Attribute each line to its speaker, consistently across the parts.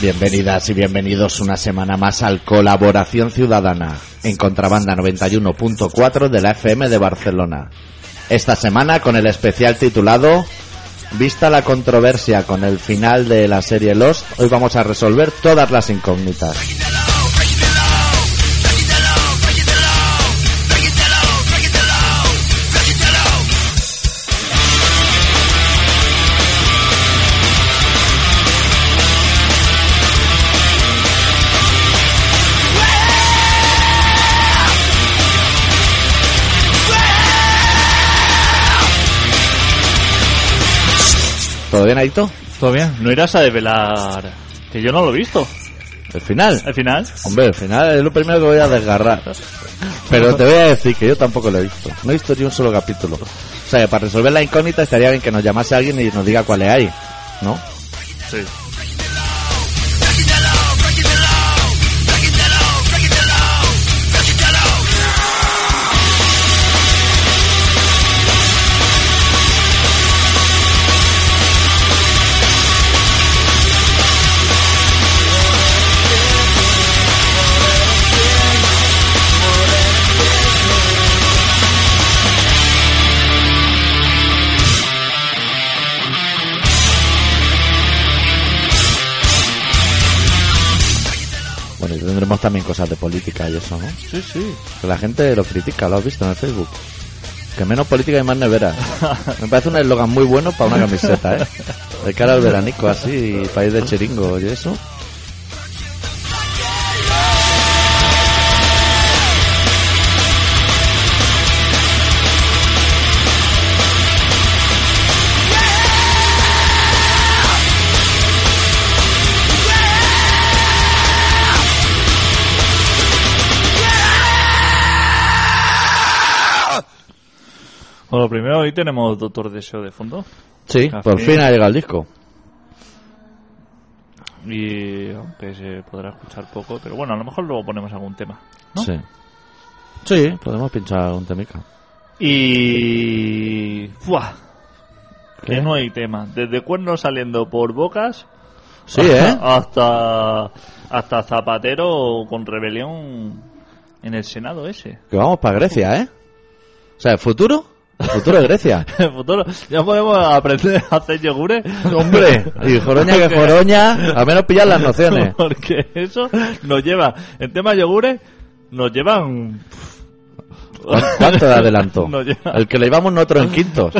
Speaker 1: Bienvenidas y bienvenidos una semana más al Colaboración Ciudadana en Contrabanda 91.4 de la FM de Barcelona. Esta semana con el especial titulado Vista la controversia con el final de la serie Lost, hoy vamos a resolver todas las incógnitas. ¿Todo bien, Aito?
Speaker 2: ¿Todo bien? ¿No irás a develar que yo no lo he visto?
Speaker 1: ¿El final?
Speaker 2: Al final,
Speaker 1: Hombre, el final es lo primero que voy a desgarrar. Pero te voy a decir que yo tampoco lo he visto. No he visto ni un solo capítulo. O sea, que para resolver la incógnita estaría bien que nos llamase alguien y nos diga cuál es ahí. ¿No?
Speaker 2: sí.
Speaker 1: Bueno, y tendremos también cosas de política y eso, ¿no?
Speaker 2: Sí, sí.
Speaker 1: Que la gente lo critica, lo has visto en el Facebook. Que menos política y más nevera. Me parece un eslogan muy bueno para una camiseta, ¿eh? De cara al veranico, así, país de chiringo y eso.
Speaker 2: Bueno, lo primero, hoy tenemos Doctor Deseo de fondo.
Speaker 1: Sí, por fin ha llegado el disco.
Speaker 2: Y aunque se podrá escuchar poco, pero bueno, a lo mejor luego ponemos algún tema. ¿no?
Speaker 1: Sí. Sí, podemos pinchar un temica.
Speaker 2: Y. ¡Fua!
Speaker 1: ¿Qué?
Speaker 2: Que no hay tema. Desde cuernos saliendo por bocas.
Speaker 1: Sí, ¿eh?
Speaker 2: Hasta. Hasta Zapatero con rebelión en el Senado ese.
Speaker 1: Que vamos para Grecia, ¿eh? O sea, el futuro, el futuro de Grecia.
Speaker 2: En futuro, ya podemos aprender a hacer yogures.
Speaker 1: Hombre, y joroña que
Speaker 2: Porque-
Speaker 1: joroña, al menos pillar las nociones.
Speaker 2: Porque eso nos lleva, en tema yogures, nos llevan.
Speaker 1: ¿Cuán- ¿Cuánto de adelanto?
Speaker 2: No, ya.
Speaker 1: El que le íbamos nosotros en quintos.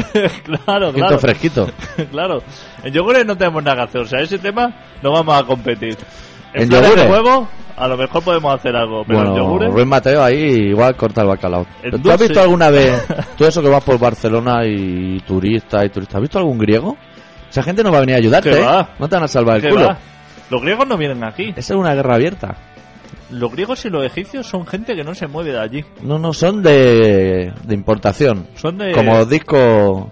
Speaker 2: claro,
Speaker 1: Quinto
Speaker 2: claro.
Speaker 1: fresquito.
Speaker 2: claro. En yogures no tenemos nada que hacer, o sea, ese tema no vamos a competir.
Speaker 1: ¿En
Speaker 2: planes
Speaker 1: yogures?
Speaker 2: de juego, a lo mejor podemos hacer algo, pero en
Speaker 1: Bueno,
Speaker 2: yogures.
Speaker 1: Rubén Mateo ahí igual corta el bacalao.
Speaker 2: El
Speaker 1: ¿Tú has
Speaker 2: dulce.
Speaker 1: visto alguna vez todo eso que vas por Barcelona y turista y turista? ¿Has visto algún griego? Esa gente no va a venir a ayudarte,
Speaker 2: ¿Qué
Speaker 1: ¿eh?
Speaker 2: va?
Speaker 1: No te van a salvar el
Speaker 2: ¿Qué
Speaker 1: culo.
Speaker 2: va? Los griegos no vienen aquí.
Speaker 1: Esa es una guerra abierta.
Speaker 2: Los griegos y los egipcios son gente que no se mueve de allí.
Speaker 1: No, no, son de, de importación.
Speaker 2: Son de.
Speaker 1: Como disco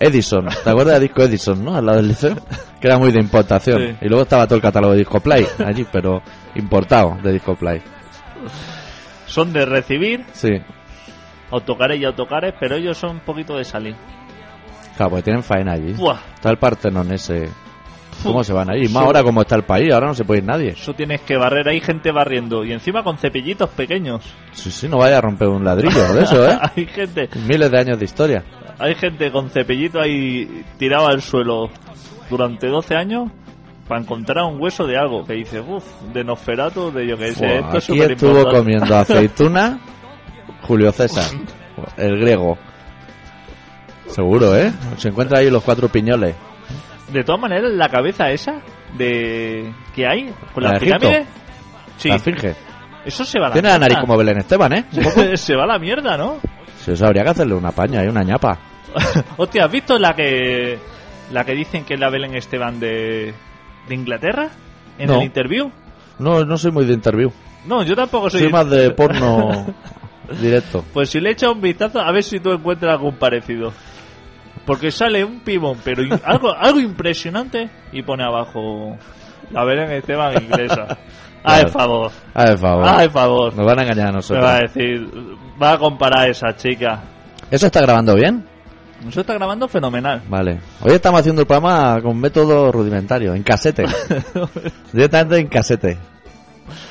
Speaker 1: Edison. ¿Te acuerdas del disco Edison, no? Al lado del liceo. Que era muy de importación.
Speaker 2: Sí.
Speaker 1: Y luego estaba todo el catálogo de Disco Play allí, pero importado de Disco Play.
Speaker 2: Son de recibir
Speaker 1: Sí.
Speaker 2: autocares y autocares, pero ellos son un poquito de salir.
Speaker 1: Claro, porque tienen faena allí.
Speaker 2: Buah.
Speaker 1: Está el Partenón ese. ¿Cómo se van ahí? Más
Speaker 2: Sí.
Speaker 1: ahora como está el país, ahora no se puede ir nadie.
Speaker 2: Eso tienes que barrer, hay gente barriendo. Y encima con cepillitos pequeños.
Speaker 1: Sí, sí, no vaya a romper un ladrillo de eso, ¿eh?
Speaker 2: hay gente,
Speaker 1: Miles de años de historia.
Speaker 2: hay gente con cepillito ahí tirado al suelo durante 12 años para encontrar un hueso de algo. Que dice, uff, de Nosferatu, de yo que sé,
Speaker 1: Buah,
Speaker 2: esto es
Speaker 1: aquí estuvo
Speaker 2: superimportante.
Speaker 1: comiendo aceituna Julio César, el griego. Seguro, ¿eh? Se encuentra ahí los cuatro piñoles.
Speaker 2: De todas maneras, la cabeza esa de que hay con
Speaker 1: ¿La
Speaker 2: las
Speaker 1: de Egipto?
Speaker 2: pirámides. Sí,
Speaker 1: La esfinge.
Speaker 2: eso se va a la
Speaker 1: Tiene la nariz
Speaker 2: mierda.
Speaker 1: como Belén Esteban, ¿eh?
Speaker 2: se va a la mierda, ¿no?
Speaker 1: Si eso habría que hacerle una paña y una ñapa.
Speaker 2: Hostia, ¿has visto la que la que dicen que es la Belén Esteban de, de Inglaterra? En
Speaker 1: No.
Speaker 2: el interview.
Speaker 1: No, no soy muy de interview.
Speaker 2: No, yo tampoco soy.
Speaker 1: Soy más de porno directo.
Speaker 2: Pues si le echas un vistazo, a ver si tú encuentras algún parecido. Porque sale un pibón, pero in- algo, algo impresionante, y pone abajo la Belén Esteban inglesa. Ay,
Speaker 1: Claro.
Speaker 2: favor.
Speaker 1: A ver, favor.
Speaker 2: Ay, favor.
Speaker 1: Nos van a engañar a
Speaker 2: Me
Speaker 1: nosotros.
Speaker 2: va a decir, va a comparar a esa chica.
Speaker 1: ¿Eso está grabando bien?
Speaker 2: Eso está grabando fenomenal.
Speaker 1: Vale. Hoy estamos haciendo el programa con método rudimentario, en casete. Directamente en casete.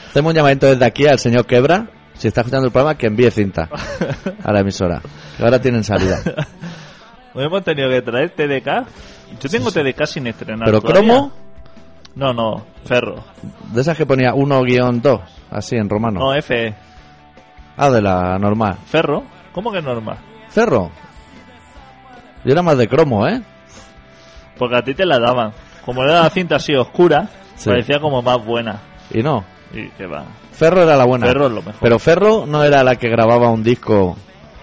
Speaker 1: Hacemos un llamamiento desde aquí al señor Quebra, si está escuchando el programa, que envíe cinta a la emisora. Que ahora tienen salida.
Speaker 2: Hoy hemos tenido que traer TDK. Yo tengo TDK sin estrenar.
Speaker 1: Pero
Speaker 2: todavía.
Speaker 1: cromo,
Speaker 2: No, no, ferro.
Speaker 1: de esas que ponía 1-2, así en romano.
Speaker 2: No, eh. F, E.
Speaker 1: Ah, de la normal.
Speaker 2: ferro. ¿Cómo que normal?
Speaker 1: Cerro. Yo era más de cromo, ¿eh?
Speaker 2: Porque a ti te la daban. Como era la cinta así oscura,
Speaker 1: Sí.
Speaker 2: parecía como más buena.
Speaker 1: Y no.
Speaker 2: Y que va.
Speaker 1: Ferro era la buena.
Speaker 2: Ferro es lo mejor.
Speaker 1: Pero Ferro no era la que grababa un disco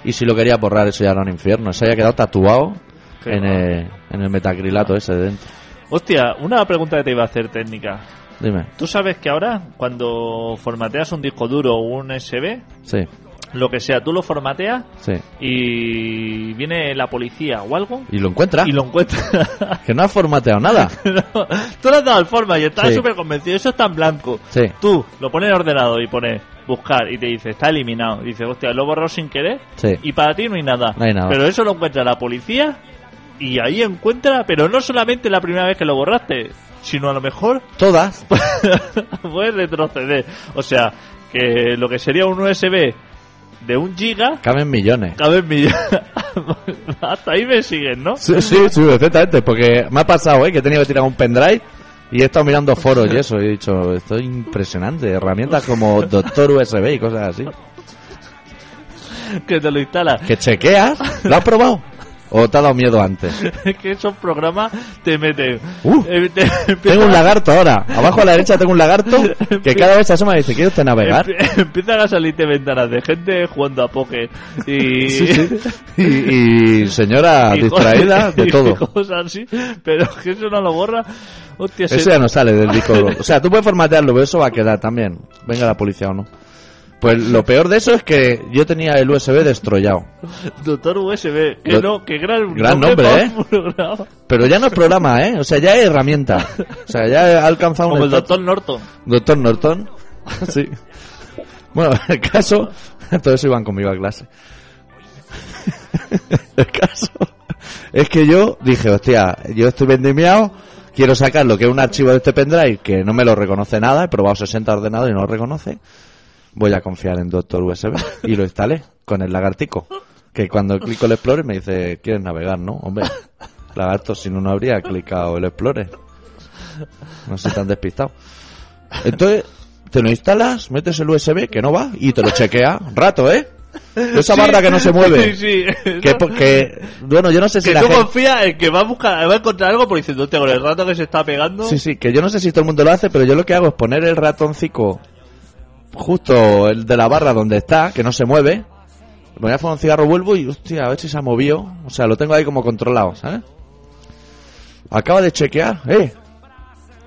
Speaker 1: y si lo quería borrar eso ya era un infierno. Se había quedado tatuado
Speaker 2: Qué
Speaker 1: en
Speaker 2: guay.
Speaker 1: el, en el metacrilato ese de dentro.
Speaker 2: Hostia, una pregunta que te iba a hacer técnica.
Speaker 1: Dime.
Speaker 2: Tú sabes que ahora, cuando formateas un disco duro o un USB,
Speaker 1: Sí,
Speaker 2: lo que sea, tú lo formateas
Speaker 1: sí.
Speaker 2: y viene la policía o algo
Speaker 1: Y lo encuentra.
Speaker 2: y lo encuentra.
Speaker 1: Que no ha formateado nada.
Speaker 2: No, tú le has dado el forma y estás
Speaker 1: Sí.
Speaker 2: súper convencido. Eso está en blanco.
Speaker 1: Sí.
Speaker 2: Tú lo pones en ordenado y pones buscar y te dice está eliminado. Dice, hostia, lo borró sin querer.
Speaker 1: Sí.
Speaker 2: Y para ti no hay nada.
Speaker 1: No hay nada.
Speaker 2: Pero eso lo encuentra la policía y ahí encuentra, pero no solamente la primera vez que lo borraste, sino a lo mejor
Speaker 1: Todas.
Speaker 2: puedes retroceder. O sea, que lo que sería un USB de un giga
Speaker 1: Caben millones.
Speaker 2: cabe en mi. Hasta ahí me siguen, ¿no?
Speaker 1: Sí, sí, sí, perfectamente. Porque me ha pasado, ¿eh? Que he tenido que tirar un pendrive y he estado mirando foros y eso. Y he dicho, esto es impresionante. Herramientas como Doctor USB y cosas así.
Speaker 2: Que te lo instalas.
Speaker 1: Que chequeas. ¿Lo has probado? ¿O te ha dado miedo antes?
Speaker 2: Es que esos programas te meten.
Speaker 1: Uh,
Speaker 2: eh, te-
Speaker 1: Tengo un
Speaker 2: empiezan-
Speaker 1: lagarto ahora. Abajo a la derecha tengo un lagarto que cada vez se asoma y dice, ¿quiere usted navegar?
Speaker 2: empie- Empiezan a salirte ventanas de gente jugando a póker y.
Speaker 1: Sí, sí. Y, y señora
Speaker 2: y cosas-
Speaker 1: distraída de
Speaker 2: y
Speaker 1: todo.
Speaker 2: cosas así, pero que eso no lo borra. Hostia, se-
Speaker 1: Eso ya no sale del disco. duro. O sea, tú puedes formatearlo, pero eso va a quedar también. Venga la policía o no. Pues lo peor de eso es que yo tenía el USB destrollado.
Speaker 2: Doctor USB, que
Speaker 1: Lo-
Speaker 2: no, que gran,
Speaker 1: gran nombre,
Speaker 2: para
Speaker 1: ¿eh?
Speaker 2: un programa.
Speaker 1: Pero ya no es programa, ¿eh? O sea, ya es herramienta. O sea, ya ha alcanzado
Speaker 2: Como
Speaker 1: un
Speaker 2: el
Speaker 1: estatus-
Speaker 2: Doctor Norton.
Speaker 1: Doctor Norton. Sí. Bueno, el caso. Todo eso iban conmigo a clase. El caso es que yo dije, hostia, yo estoy vendimiado, quiero sacar lo que es un archivo de este pendrive que no me lo reconoce nada, he probado 60 ordenados y no lo reconoce. Voy a confiar en Doctor USB y lo instalé con el lagartico. Que cuando clico el Explorer me dice, ¿quieres navegar, no? Hombre, lagarto, si no, no habría clicado el Explorer. No soy tan despistado. Entonces, te lo instalas, metes el USB que no va y te lo chequea. Rato, ¿eh? Esa
Speaker 2: Sí,
Speaker 1: barra que no se mueve.
Speaker 2: Sí, sí.
Speaker 1: Que, po- que- bueno, yo no sé si
Speaker 2: que
Speaker 1: la
Speaker 2: tú
Speaker 1: gente-
Speaker 2: confías en que va a buscar, va a encontrar algo por diciendo, hostia, con el rato que se está pegando.
Speaker 1: Sí, sí, que yo no sé si todo el mundo lo hace, pero yo lo que hago es poner el ratoncico justo el de la barra donde está, que no se mueve. Me voy a fumar un cigarro, vuelvo y, hostia, a ver si se ha movido. O sea, lo tengo ahí como controlado, ¿sabes? Acaba de chequear, ¿eh?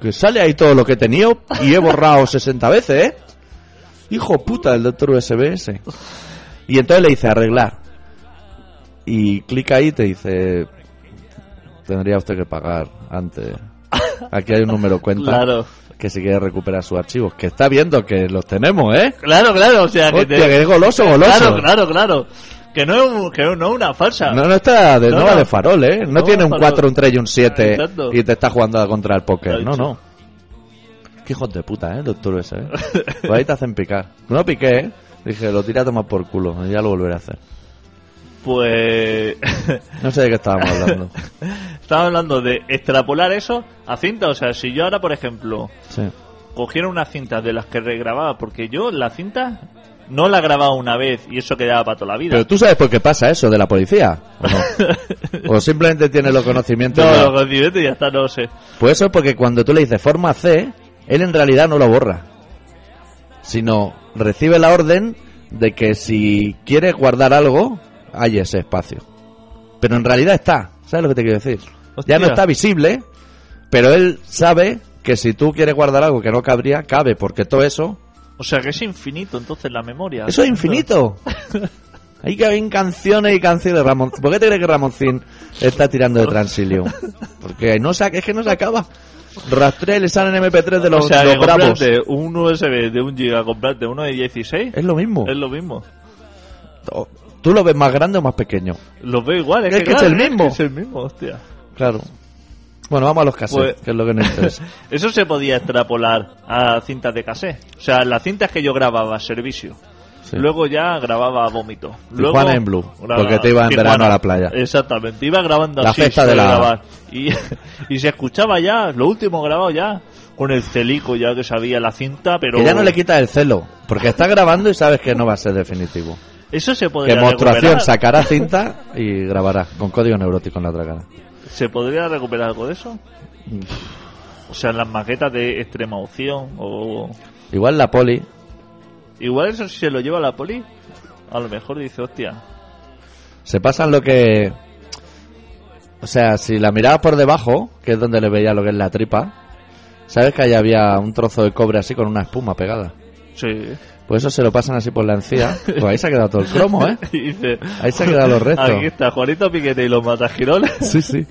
Speaker 1: Que sale ahí todo lo que he tenido y he borrado 60 veces, ¿eh? Hijo puta del doctor USBS. Y entonces le dice arreglar. Y clica ahí y te dice, tendría usted que pagar antes. Aquí hay un número cuenta
Speaker 2: Claro.
Speaker 1: que si quiere recuperar sus archivos. Que está viendo que los tenemos, ¿eh?
Speaker 2: Claro, claro, o sea, que te-
Speaker 1: Hostia, que es goloso, goloso.
Speaker 2: Claro, claro, claro. Que no es un- que no es una falsa.
Speaker 1: No, no está de,
Speaker 2: No,
Speaker 1: no, va
Speaker 2: no.
Speaker 1: de farol, ¿eh? No,
Speaker 2: No,
Speaker 1: tiene un
Speaker 2: farol.
Speaker 1: 4, un 3 y un 7
Speaker 2: Exacto.
Speaker 1: y te está jugando contra el póker.
Speaker 2: Lo
Speaker 1: No,
Speaker 2: he
Speaker 1: no. Qué hijos de puta, ¿eh? Doctor ese, ¿eh? Pues ahí te hacen picar. No piqué, ¿eh? Dije, lo tiré a tomar por culo. Ya lo volveré a hacer.
Speaker 2: Pues
Speaker 1: No sé de qué estábamos hablando.
Speaker 2: estaba hablando de extrapolar eso a cinta. O sea, si yo ahora, por ejemplo,
Speaker 1: Sí.
Speaker 2: cogiera unas cintas de las que regrababa, porque yo la cinta no la grababa una vez y eso quedaba para toda la vida.
Speaker 1: Pero tú sabes por qué pasa eso de la policía, ¿o no? ¿O simplemente tienes los conocimientos?
Speaker 2: no,
Speaker 1: de la-
Speaker 2: los condimentos ya está, no sé.
Speaker 1: Pues eso es porque cuando tú le dices forma C, él en realidad no lo borra. Sino recibe la orden de que si quiere guardar algo, hay ese espacio. Pero en realidad está. ¿Sabes lo que te quiero decir?
Speaker 2: Hostia.
Speaker 1: Ya no está visible, pero él sabe que si tú quieres guardar algo que no cabría, cabe, porque todo eso,
Speaker 2: O sea, que es infinito entonces la memoria.
Speaker 1: eso es infinito. Hay que haber canciones y canciones. Ramón, ¿Por qué te crees que Ramoncín está tirando de Transilium? Porque no se, es que no se acaba. Rastrea y le salen MP3 de los,
Speaker 2: o sea,
Speaker 1: los
Speaker 2: que
Speaker 1: bravos.
Speaker 2: comprarte un USB de un giga, comprarte uno de 16,
Speaker 1: Es lo mismo.
Speaker 2: es lo mismo.
Speaker 1: O- ¿Tú lo ves más grande o más pequeño?
Speaker 2: Los veo igual, es,
Speaker 1: Es que es
Speaker 2: claro,
Speaker 1: el mismo.
Speaker 2: Es el mismo, hostia.
Speaker 1: Claro. Bueno, vamos a los casos,
Speaker 2: Pues-
Speaker 1: que es lo que nos interesa.
Speaker 2: Eso se podía extrapolar a cintas de cassette. O sea, las cintas que yo grababa, servicio.
Speaker 1: Sí.
Speaker 2: Luego ya grababa vómito. Luego,
Speaker 1: Tijuana en Blue, porque te iba en verano a la playa.
Speaker 2: Exactamente, iba grabando
Speaker 1: La
Speaker 2: así.
Speaker 1: fiesta de
Speaker 2: solo
Speaker 1: la-
Speaker 2: grabar. Y, y se escuchaba ya, lo último grabado ya, con el celico ya que sabía la cinta, pero...
Speaker 1: Que ya no le quitas el celo, porque estás grabando y sabes que no va a ser definitivo.
Speaker 2: Eso se podría
Speaker 1: Que Monstruación
Speaker 2: recuperar.
Speaker 1: sacará cinta y grabará con código neurótico en la otra cara.
Speaker 2: ¿Se podría recuperar algo de eso?
Speaker 1: Mm.
Speaker 2: O sea, las maquetas de extrema opción o...
Speaker 1: Igual la poli,
Speaker 2: Igual eso si se lo lleva la poli, a lo mejor dice, hostia,
Speaker 1: se pasan lo que... O sea, si la mirabas por debajo, que es donde le veía lo que es la tripa, sabes que ahí había un trozo de cobre así con una espuma pegada.
Speaker 2: sí.
Speaker 1: Pues eso se lo pasan así por la encía. Pues ahí se ha quedado todo el cromo, ¿eh?
Speaker 2: Y dice,
Speaker 1: Ahí se han quedado los restos.
Speaker 2: Aquí está Juanito Piquete y los matagirones.
Speaker 1: Sí, sí.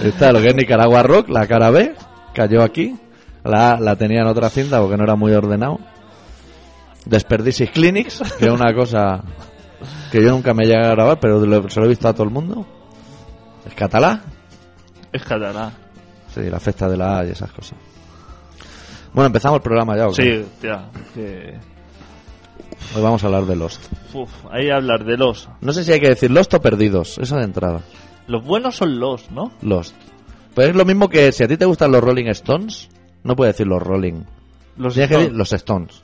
Speaker 1: Está lo que es Nicaragua Rock, la cara B, cayó aquí. La A la tenía en otra cinta porque no era muy ordenado. Desperdices Clinics, que es una cosa que yo nunca me llegué a grabar, pero lo- se lo he visto a todo el mundo. Es catalá.
Speaker 2: Es catalán.
Speaker 1: Sí, la fiesta de la A y esas cosas. Bueno, empezamos el programa ya. ¿o qué?
Speaker 2: Sí, hostia. que-
Speaker 1: Hoy vamos a hablar de Lost.
Speaker 2: Uf, ahí hablar de los.
Speaker 1: No sé si hay que decir Lost o Perdidos, eso de entrada.
Speaker 2: Los buenos son los, ¿no?
Speaker 1: Lost. Pues es lo mismo que si a ti te gustan los Rolling Stones, no puedes decir los Rolling.
Speaker 2: Los
Speaker 1: Tienes que
Speaker 2: son-
Speaker 1: decir los Stones.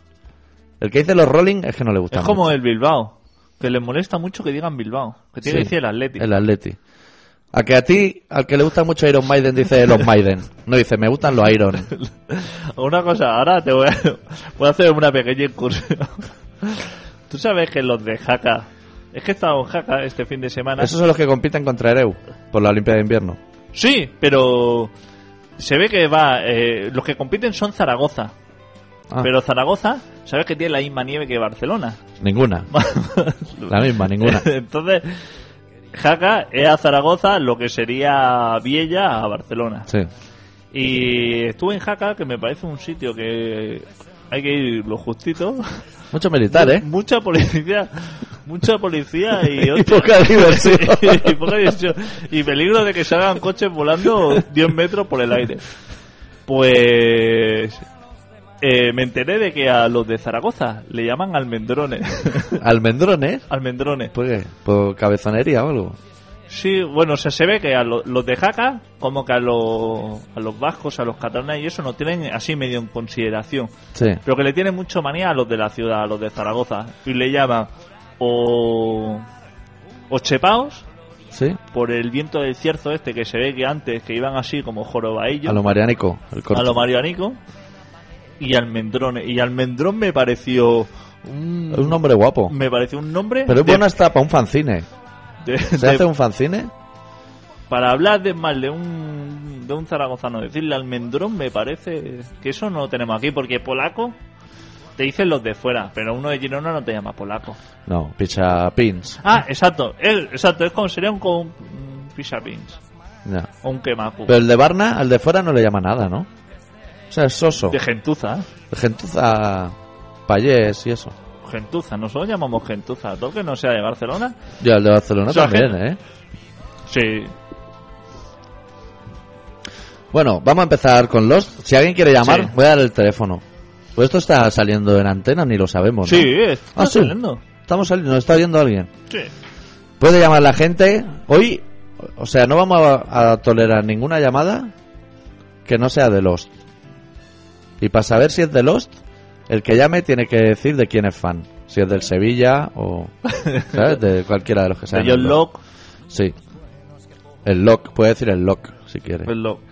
Speaker 1: El que dice los Rolling es que no le gusta
Speaker 2: Es como el Bilbao. Que les molesta mucho que digan Bilbao. Que tiene que decir el Atlético.
Speaker 1: El Atleti. A que a ti, al que le gusta mucho Iron Maiden, dice los Maiden. No dice, me gustan los Iron.
Speaker 2: Una cosa, ahora te voy a, voy a hacer una pequeña incursión. Tú sabes que los de Jaca. Es que he estado en Jaca este fin de semana.
Speaker 1: Esos son los que compiten contra Ereu por la Olimpiada de Invierno.
Speaker 2: Sí, pero se ve que va. eh, los que compiten son Zaragoza.
Speaker 1: Ah,
Speaker 2: Pero Zaragoza, sabes que tiene la misma nieve que Barcelona.
Speaker 1: Ninguna. La misma, ninguna.
Speaker 2: Entonces, Jaca es a Zaragoza lo que sería Viella a Barcelona.
Speaker 1: Sí.
Speaker 2: Y estuve en Jaca, que me parece un sitio que hay que ir lo justito.
Speaker 1: Mucho militar, ¿eh?
Speaker 2: Mucha policía, mucha policía y,
Speaker 1: Y
Speaker 2: hostia,
Speaker 1: poca diversión.
Speaker 2: y poca diversión. Y peligro de que salgan coches volando 10 metros por el aire. Pues eh, me enteré de que a los de Zaragoza le llaman almendrones.
Speaker 1: Almendrones.
Speaker 2: almendrones.
Speaker 1: ¿Por qué? ¿Por cabezonería o algo?
Speaker 2: Sí, bueno, o sea, se ve que a lo- los de Jaca, como que a, los a los vascos, a los catalanes y eso, no tienen así medio en consideración.
Speaker 1: Sí.
Speaker 2: Pero que le tienen mucho manía a los de la ciudad, a los de Zaragoza. Y le llaman o, o chepaos
Speaker 1: Sí.
Speaker 2: por el viento del cierzo este que se ve que antes que iban así como jorobadillos,
Speaker 1: A lo marianico. El corto.
Speaker 2: a lo marianico, y almendrones. Y almendrón me pareció un,
Speaker 1: Es un hombre guapo.
Speaker 2: me pareció un nombre
Speaker 1: Pero es
Speaker 2: de-
Speaker 1: bueno hasta para un fanzine.
Speaker 2: de-
Speaker 1: ¿Se
Speaker 2: de-
Speaker 1: hace un fanzine?
Speaker 2: Para hablar de mal de un, de un zaragozano, decirle almendrón me parece que eso no lo tenemos aquí, porque polaco te dicen los de fuera, pero uno de Girona no te llama polaco.
Speaker 1: No, picha pins.
Speaker 2: Ah, exacto, es, exacto, es como sería un, co- un pisapins
Speaker 1: No.
Speaker 2: o un quemacu.
Speaker 1: Pero el de Barna, al de fuera no le llama nada, ¿no? O sea, es soso.
Speaker 2: De gentuza, ¿eh?
Speaker 1: Gentuza, payés y eso.
Speaker 2: gentuza, nosotros llamamos gentuza, todo que no sea de Barcelona.
Speaker 1: Y al de Barcelona
Speaker 2: O sea,
Speaker 1: también,
Speaker 2: gen-
Speaker 1: ¿eh?
Speaker 2: Sí,
Speaker 1: Bueno, vamos a empezar con los. Si alguien quiere llamar,
Speaker 2: Sí.
Speaker 1: voy a dar el teléfono. Pues esto está saliendo en antena, ni lo sabemos. ¿no?
Speaker 2: sí, está
Speaker 1: Ah, sí.
Speaker 2: saliendo.
Speaker 1: Estamos saliendo, nos está oyendo alguien.
Speaker 2: Sí.
Speaker 1: Puede llamar la gente. Hoy, o sea, no vamos a, a tolerar ninguna llamada que no sea de Lost. Y para saber si es de Lost, el que llame tiene que decir de quién es fan. Si es del Sevilla o. ¿Sabes? De cualquiera de los que
Speaker 2: De
Speaker 1: sean.
Speaker 2: John
Speaker 1: del
Speaker 2: Locke,
Speaker 1: Sí. El Lock, puede decir el Lock si quiere.
Speaker 2: el Locke.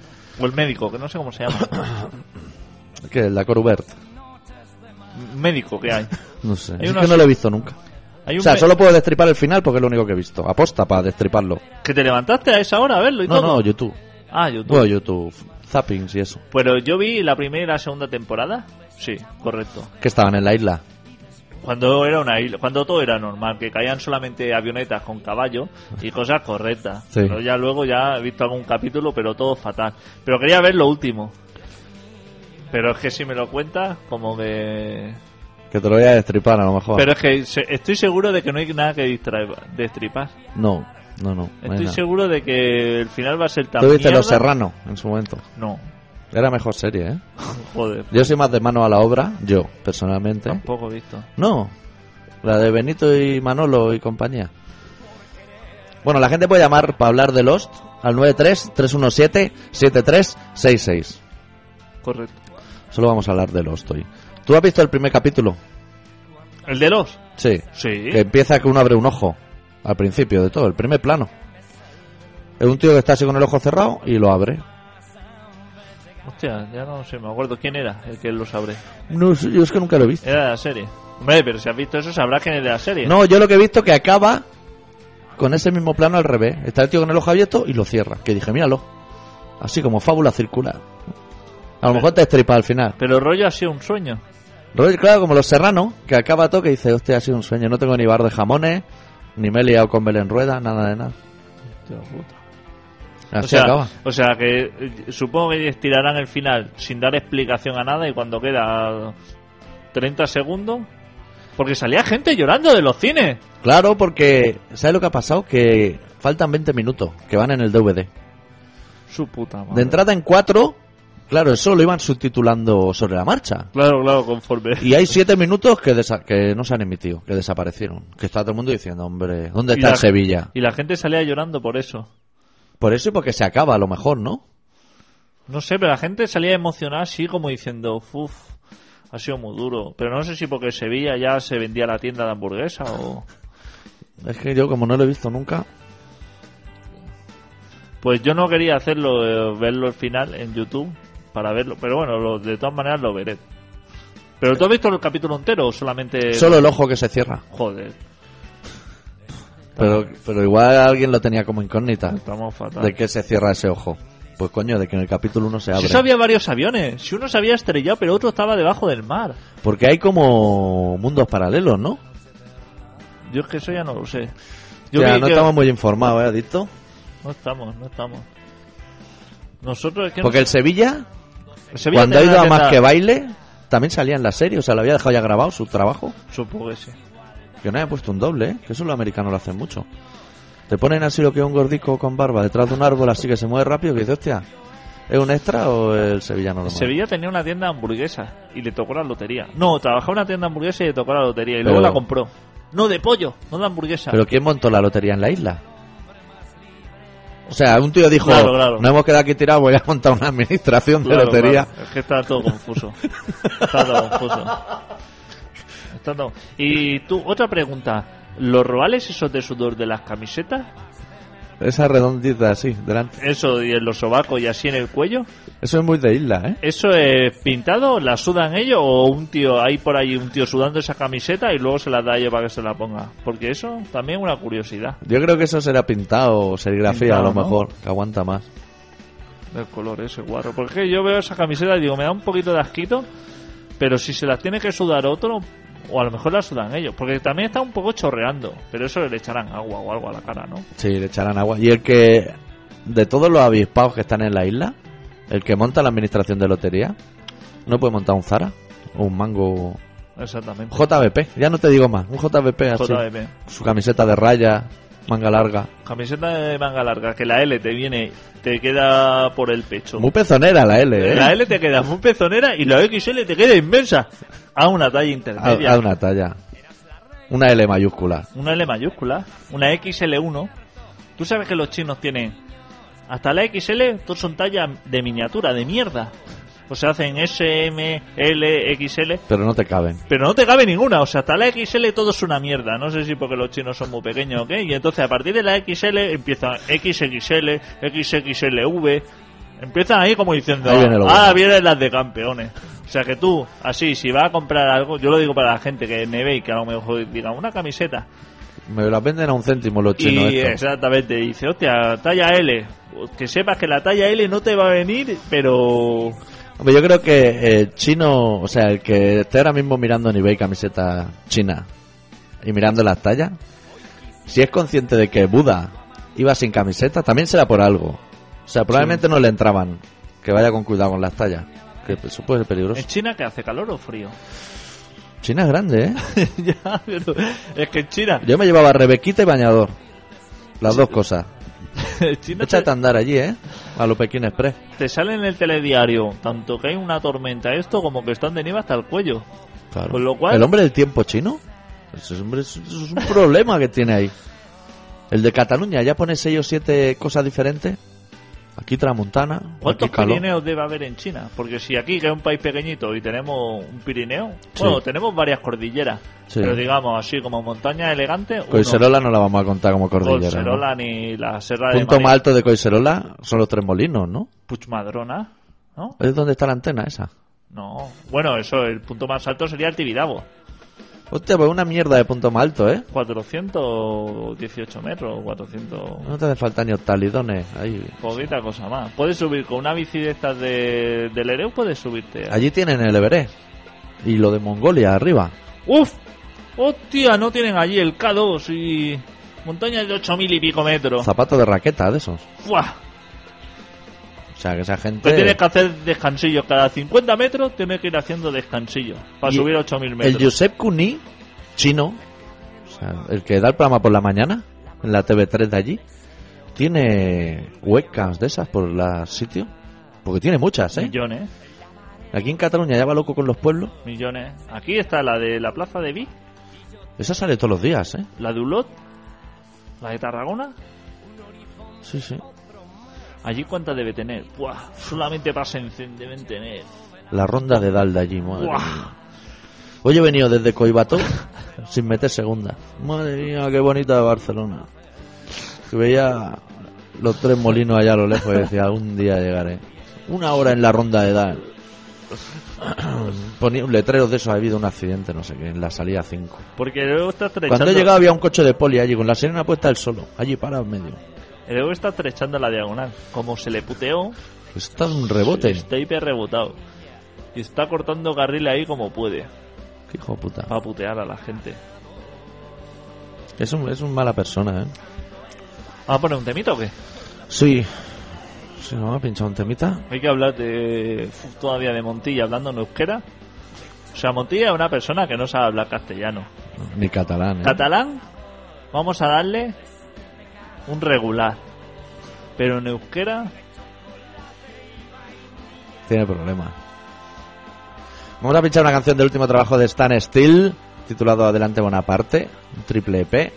Speaker 2: O el médico, que no sé cómo se llama.
Speaker 1: Que es la Corubert.
Speaker 2: médico que hay.
Speaker 1: No sé.
Speaker 2: Hay
Speaker 1: Es
Speaker 2: una
Speaker 1: que no
Speaker 2: so-
Speaker 1: lo he visto nunca.
Speaker 2: Hay
Speaker 1: O sea,
Speaker 2: me-
Speaker 1: solo puedo destripar el final porque es lo único que he visto. Aposta para destriparlo.
Speaker 2: ¿Que te levantaste a esa hora a verlo y
Speaker 1: No,
Speaker 2: todo?
Speaker 1: no, YouTube.
Speaker 2: Ah, YouTube.
Speaker 1: Bueno, YouTube. Zappings y eso.
Speaker 2: Pero yo vi la primera y la segunda temporada. Sí, correcto.
Speaker 1: Que estaban en la isla.
Speaker 2: Cuando era una isla, cuando todo era normal, que caían solamente avionetas con caballo y cosas correctas.
Speaker 1: Sí.
Speaker 2: Pero ya luego ya he visto algún capítulo, pero todo fatal. Pero quería ver lo último. Pero es que si me lo cuentas, como que
Speaker 1: Que te lo voy a destripar a lo mejor.
Speaker 2: Pero es que se- estoy seguro de que no hay nada que distraer, destripar.
Speaker 1: No, no, no. no hay
Speaker 2: Estoy
Speaker 1: nada.
Speaker 2: seguro de que el final va a ser tan
Speaker 1: Tú viste Los
Speaker 2: mierda-
Speaker 1: Serrano en su momento.
Speaker 2: No,
Speaker 1: Era mejor serie, ¿eh?
Speaker 2: joder,
Speaker 1: Yo soy más de mano a la obra, yo, personalmente.
Speaker 2: tampoco he visto.
Speaker 1: No, la de Benito y Manolo y compañía. Bueno, la gente puede llamar para hablar de Lost al 93-317-7366.
Speaker 2: Correcto.
Speaker 1: Solo vamos a hablar de Lost hoy. ¿Tú has visto el primer capítulo?
Speaker 2: ¿El de los?
Speaker 1: Sí.
Speaker 2: Sí.
Speaker 1: Que empieza que uno abre un ojo al principio de todo, el primer plano. Es un tío que está así con el ojo cerrado y lo abre.
Speaker 2: Hostia, ya no sé, me acuerdo quién era el que lo sabré.
Speaker 1: No, yo es que nunca lo he visto.
Speaker 2: Era de la serie. Hombre, pero si has visto eso, sabrás quién es de la serie.
Speaker 1: No, yo lo que he visto que acaba con ese mismo plano al revés. Está el tío con el ojo abierto y lo cierra. Que dije, míralo. Así como fábula circular. A lo mejor te estripa al final.
Speaker 2: Pero rollo ha sido un sueño.
Speaker 1: Rollo, claro, como los serranos, que acaba todo que dice, hostia, ha sido un sueño. No tengo ni bar de jamones, ni me he liado con Belén Rueda, nada de nada.
Speaker 2: Hostia puta.
Speaker 1: Así
Speaker 2: o sea,
Speaker 1: acaba.
Speaker 2: o sea que eh, supongo que estirarán el final sin dar explicación a nada y cuando queda 30 segundos... Porque salía gente llorando de los cines.
Speaker 1: Claro, porque, ¿sabes lo que ha pasado? Que faltan 20 minutos, que van en el DVD.
Speaker 2: Su puta madre.
Speaker 1: De entrada en 4, claro, eso lo iban subtitulando sobre la marcha.
Speaker 2: Claro, claro, conforme.
Speaker 1: Y hay siete minutos que, desa- que no se han emitido, que desaparecieron. Que está todo el mundo diciendo, hombre, ¿dónde
Speaker 2: Y
Speaker 1: está
Speaker 2: la-
Speaker 1: Sevilla?
Speaker 2: Y la gente salía llorando por eso.
Speaker 1: Por eso y porque se acaba, a lo mejor, ¿no?
Speaker 2: No sé, pero la gente salía emocionada así como diciendo, uff, ha sido muy duro. Pero no sé si porque en Sevilla ya se vendía la tienda de hamburguesa o...
Speaker 1: Es que yo, como no lo he visto nunca,
Speaker 2: Pues yo no quería hacerlo, eh, verlo al final en YouTube para verlo. Pero bueno, lo- de todas maneras lo veré. ¿Pero tú has visto el capítulo entero o solamente...?
Speaker 1: solo el ojo que se cierra.
Speaker 2: Joder,
Speaker 1: Pero, pero igual alguien lo tenía como incógnita.
Speaker 2: estamos fatal.
Speaker 1: ¿De qué se cierra ese ojo? Pues coño, de que en el capítulo uno se
Speaker 2: Si
Speaker 1: abre.
Speaker 2: eso había varios aviones. Si uno se había estrellado, pero otro estaba debajo del mar.
Speaker 1: Porque hay como mundos paralelos, ¿no?
Speaker 2: Yo es que eso ya no lo sé. Yo
Speaker 1: Ya,
Speaker 2: vi
Speaker 1: no
Speaker 2: que-
Speaker 1: estamos muy informados, ¿eh, Adicto?
Speaker 2: No estamos, no estamos. Nosotros es que...
Speaker 1: Porque el Sevilla,
Speaker 2: el Sevilla
Speaker 1: cuando ha
Speaker 2: tenía
Speaker 1: ido a
Speaker 2: una
Speaker 1: más
Speaker 2: tienda-
Speaker 1: que baile, también salía en la serie. O sea, lo había dejado ya grabado su trabajo.
Speaker 2: Supongo que sí.
Speaker 1: Que no haya puesto un doble, ¿eh? que eso los americanos lo hacen mucho. Te ponen así lo que es un gordico con barba detrás de un árbol, así que se mueve rápido, que dices, hostia, ¿es un extra o el sevillano normal?
Speaker 2: Sevilla tenía una tienda de hamburguesa y le tocó la lotería. No, trabajaba en una tienda de hamburguesa y le tocó la lotería y
Speaker 1: Pero-
Speaker 2: luego la compró. No de pollo, no de hamburguesa.
Speaker 1: Pero ¿quién montó la lotería en la isla? O sea, un tío dijo,
Speaker 2: Claro, claro.
Speaker 1: no hemos quedado aquí tirados, voy a montar una administración de
Speaker 2: Claro,
Speaker 1: lotería.
Speaker 2: claro. Es que está todo confuso. Está todo confuso. Está todo- Y tú, otra pregunta. ¿Los roales esos de sudor de las camisetas?
Speaker 1: Esa redondita así, delante.
Speaker 2: Eso y en los sobacos y así en el cuello.
Speaker 1: Eso es muy de isla, ¿eh?
Speaker 2: ¿Eso es pintado? ¿La sudan ellos? ¿O un tío, hay por ahí un tío sudando esa camiseta y luego se la da a ellos para que se la ponga? Porque eso también es una curiosidad.
Speaker 1: Yo creo que eso será pintado o serigrafía
Speaker 2: Pintado,
Speaker 1: a lo
Speaker 2: ¿no?
Speaker 1: mejor, que aguanta más.
Speaker 2: El color ese guarro. Porque yo veo esa camiseta y digo, me da un poquito de asquito, pero si se las tiene que sudar otro, o a lo mejor la sudan ellos. Porque también está un poco chorreando, pero eso le echarán agua o algo a la cara, ¿no?
Speaker 1: Sí, le echarán agua. Y el que, de todos los avispados que están en la isla, el que monta la administración de lotería, no puede montar un Zara o un Mango.
Speaker 2: Exactamente.
Speaker 1: JBP, ya no te digo más, un JBP así.
Speaker 2: JBP.
Speaker 1: Su camiseta de raya, manga larga.
Speaker 2: Camiseta de manga larga, que la L te viene, te queda por el pecho.
Speaker 1: Muy pezonera la L, ¿eh?
Speaker 2: La L te queda muy pezonera y la XL te queda inmensa. A una talla intermedia.
Speaker 1: A, a una talla. Una L mayúscula.
Speaker 2: Una L mayúscula. Una XL1. Tú sabes que los chinos tienen. Hasta la XL, todos son tallas de miniatura, de mierda. O sea, hacen S, M, L, XL.
Speaker 1: Pero no te caben.
Speaker 2: Pero no te cabe ninguna. O sea, hasta la XL todo es una mierda. No sé si porque los chinos son muy pequeños o qué. Y entonces a partir de la XL empiezan XXL, XXLV. Empiezan ahí como diciendo,
Speaker 1: Ahí viene lo
Speaker 2: ah,
Speaker 1: bueno".
Speaker 2: vienen las de campeones. O sea que tú, así, si vas a comprar algo, yo lo digo para la gente que me ve y que a lo mejor diga una camiseta.
Speaker 1: Me las venden a un céntimo los chinos.
Speaker 2: y
Speaker 1: estos.
Speaker 2: exactamente, dice, hostia, talla L. Pues Que sepas que la talla L no te va a venir, pero...
Speaker 1: Hombre, yo creo que el chino, o sea, el que esté ahora mismo mirando en eBay camiseta china y mirando las tallas, si es consciente de que Buda iba sin camiseta, también será por algo. O sea, probablemente no le entraban. Pues-
Speaker 2: Eh.
Speaker 1: Que vaya con cuidado con las tallas. Que eso puede ser peligroso.
Speaker 2: ¿En China que hace calor o frío?
Speaker 1: China es grande, ¿eh?
Speaker 2: ya, pero es que en China.
Speaker 1: Yo me llevaba rebequita y bañador. Las dos cosas.
Speaker 2: China te,
Speaker 1: Échate a andar allí, ¿eh? A lo Pekín Express.
Speaker 2: te sale en el telediario tanto que hay una tormenta esto como que están de nieve hasta el cuello.
Speaker 1: Claro.
Speaker 2: Con lo cual-
Speaker 1: ¿El hombre del tiempo chino? Pues Ese hombre es, eso es un problema que tiene ahí. El de Cataluña, ya pone 6 o 7 cosas diferentes. Aquí Tramontana.
Speaker 2: ¿Cuántos
Speaker 1: aquí calor.
Speaker 2: Pirineos debe haber en China? Porque si aquí, que es un país pequeñito y tenemos un Pirineo,
Speaker 1: Sí.
Speaker 2: bueno, tenemos varias cordilleras,
Speaker 1: Sí.
Speaker 2: pero digamos así como montañas elegantes, uno.
Speaker 1: Coiserola no la vamos a contar como cordillera. ¿no?
Speaker 2: Collserola, ni la Serra de
Speaker 1: Punto
Speaker 2: Madrid,
Speaker 1: más alto de Coiserola son los tres molinos, ¿no?
Speaker 2: Puigmadrona, ¿no?
Speaker 1: Es donde está la antena esa.
Speaker 2: No, bueno, eso, el punto más alto sería el Tibidabo,
Speaker 1: Hostia, pues una mierda de punto más alto, ¿eh?
Speaker 2: 418 metros, 400...
Speaker 1: No te hace falta ni hostalidones. Ahí.
Speaker 2: Poquita cosa más. Puedes subir con una bici de estas de, del Ereu, puedes subirte.
Speaker 1: Allí tienen el Everest. Y lo de Mongolia, arriba.
Speaker 2: ¡Uf! ¡Hostia! No tienen allí el K2 y. Montañas de 8000 y pico metros.
Speaker 1: Zapatos de raqueta, de esos.
Speaker 2: ¡Fua!
Speaker 1: O sea, que esa
Speaker 2: Te tienes
Speaker 1: gente...
Speaker 2: que hacer descansillos. Cada 50 metros tienes que ir haciendo descansillos. Para
Speaker 1: Y
Speaker 2: subir a 8000
Speaker 1: El
Speaker 2: metros.
Speaker 1: Josep Cuní, chino. O sea, el que da el programa por la mañana. En la TV3 de allí. Tiene webcams de esas por la sitio. Porque tiene muchas, ¿eh?
Speaker 2: Millones,
Speaker 1: Aquí en Cataluña ya va loco con los pueblos.
Speaker 2: millones. Aquí está la de la Plaza de Vic,
Speaker 1: Esa sale todos los días, ¿eh?
Speaker 2: la de Ulot, la de Tarragona.
Speaker 1: Sí, sí.
Speaker 2: Allí cuántas debe tener. ¡Buah! Solamente para Sensen deben tener.
Speaker 1: La ronda de Dal de allí, madre mía.
Speaker 2: ¡Buah!
Speaker 1: Hoy he venido desde Coibato sin meter segunda. Madre mía, qué bonita Barcelona. Que veía los tres molinos allá a lo lejos y decía, un día llegaré. Una hora en la ronda de edad. Ponía un letrero de eso, ha habido un accidente, no sé qué, en la salida 5.
Speaker 2: Porque luego está estrechando.
Speaker 1: Cuando he llegado había un coche de poli allí, con la sirena puesta el solo, allí para en medio.
Speaker 2: El Evo está estrechando la diagonal. Como se le puteó,
Speaker 1: Está un rebote,
Speaker 2: está hiper rebotado. Y está cortando carril ahí como puede.
Speaker 1: qué hijo de puta.
Speaker 2: Para putear a la gente.
Speaker 1: Es un, es un mala persona, ¿eh?
Speaker 2: ¿Vamos a poner un temito o qué?
Speaker 1: Sí. Sí, vamos a pinchar un temita.
Speaker 2: Hay que hablar de. uf, Todavía de Montilla hablando en euskera. O sea, Montilla es una persona que no sabe hablar castellano.
Speaker 1: Ni catalán, ¿eh?
Speaker 2: Catalán, vamos a darle un regular. Pero en euskera,
Speaker 1: Tiene problemas. Vamos a pinchar una canción del último trabajo de Stan Steele, titulado Adelante Bonaparte, un triple EP.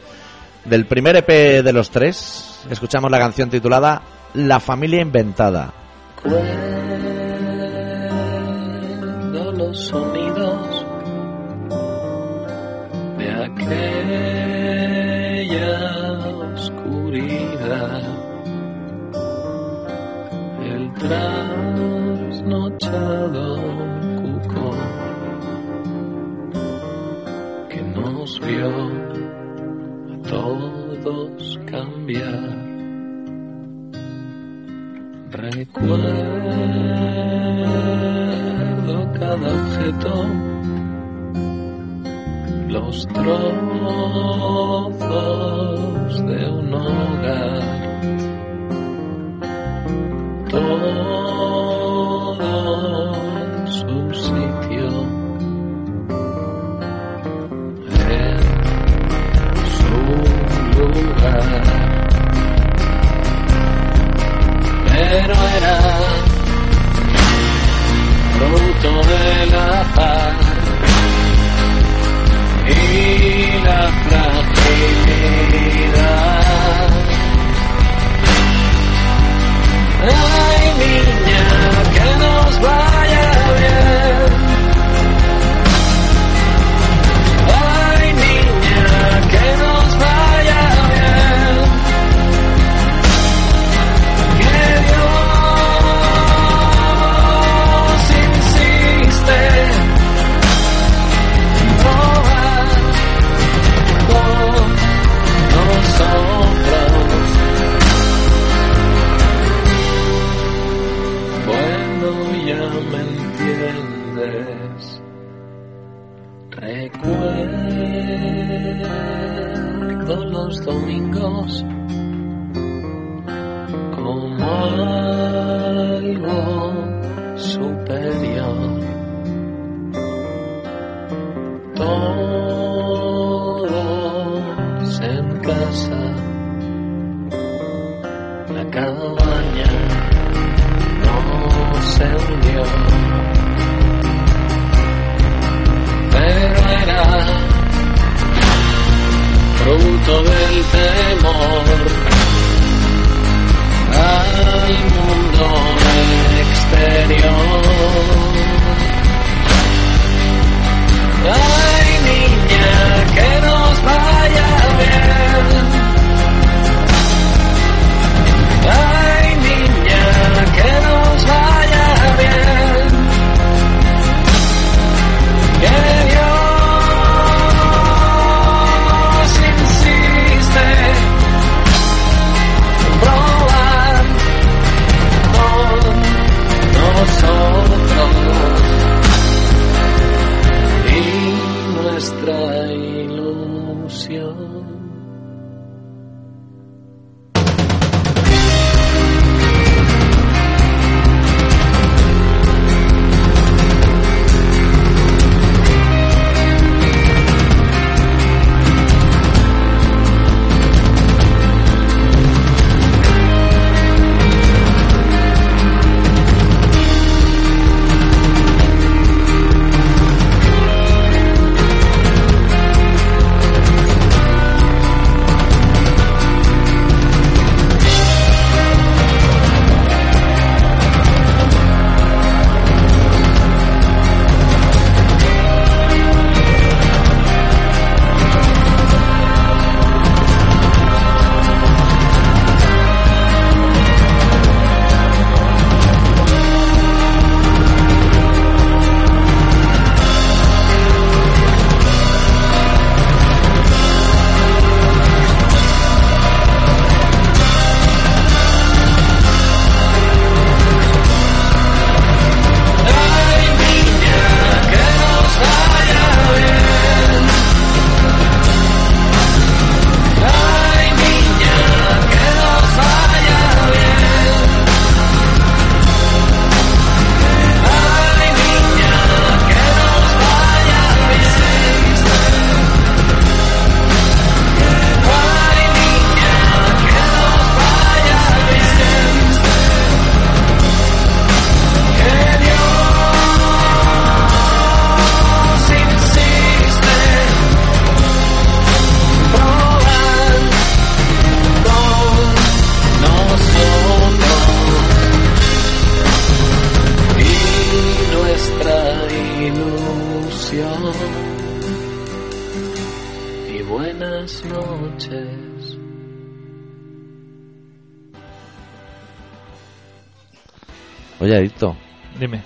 Speaker 1: Del primer EP de los tres, escuchamos la canción titulada La familia inventada.
Speaker 3: Recuerdo los sonidos de aquella oscuridad, el trasnochado cuco que nos vio a todos cambiar. Recuerdo cada objeto, los trozos de un hogar, todo en su sitio. En su lugar pero era fruto del azar y la fragilidad. Ay, niña, que nos vaya bien. Ay, niña, que nos vaya bien. Que Dios insiste, no va con nosotros. Bueno, ya me entiendes. Recuerdo los domingos como algo superior. Todo en casa, la cabaña no se hundió, pero era fruto del temor al mundo exterior. Ay, niña, que nos vaya bien. Ay, niña, que nos vaya bien. Que Dios insiste en probar con nosotros y nuestra ilusión. Ay, niña, que nos vaya bien. Ay, niña, que nos vaya bien. Ay, niña, que nos vaya bien. Ay, niña, que nos vaya bien. Que Dios insiste probar con nosotros y nuestra ilusión y buenas noches.
Speaker 1: Oye, Adicto,
Speaker 2: Dime.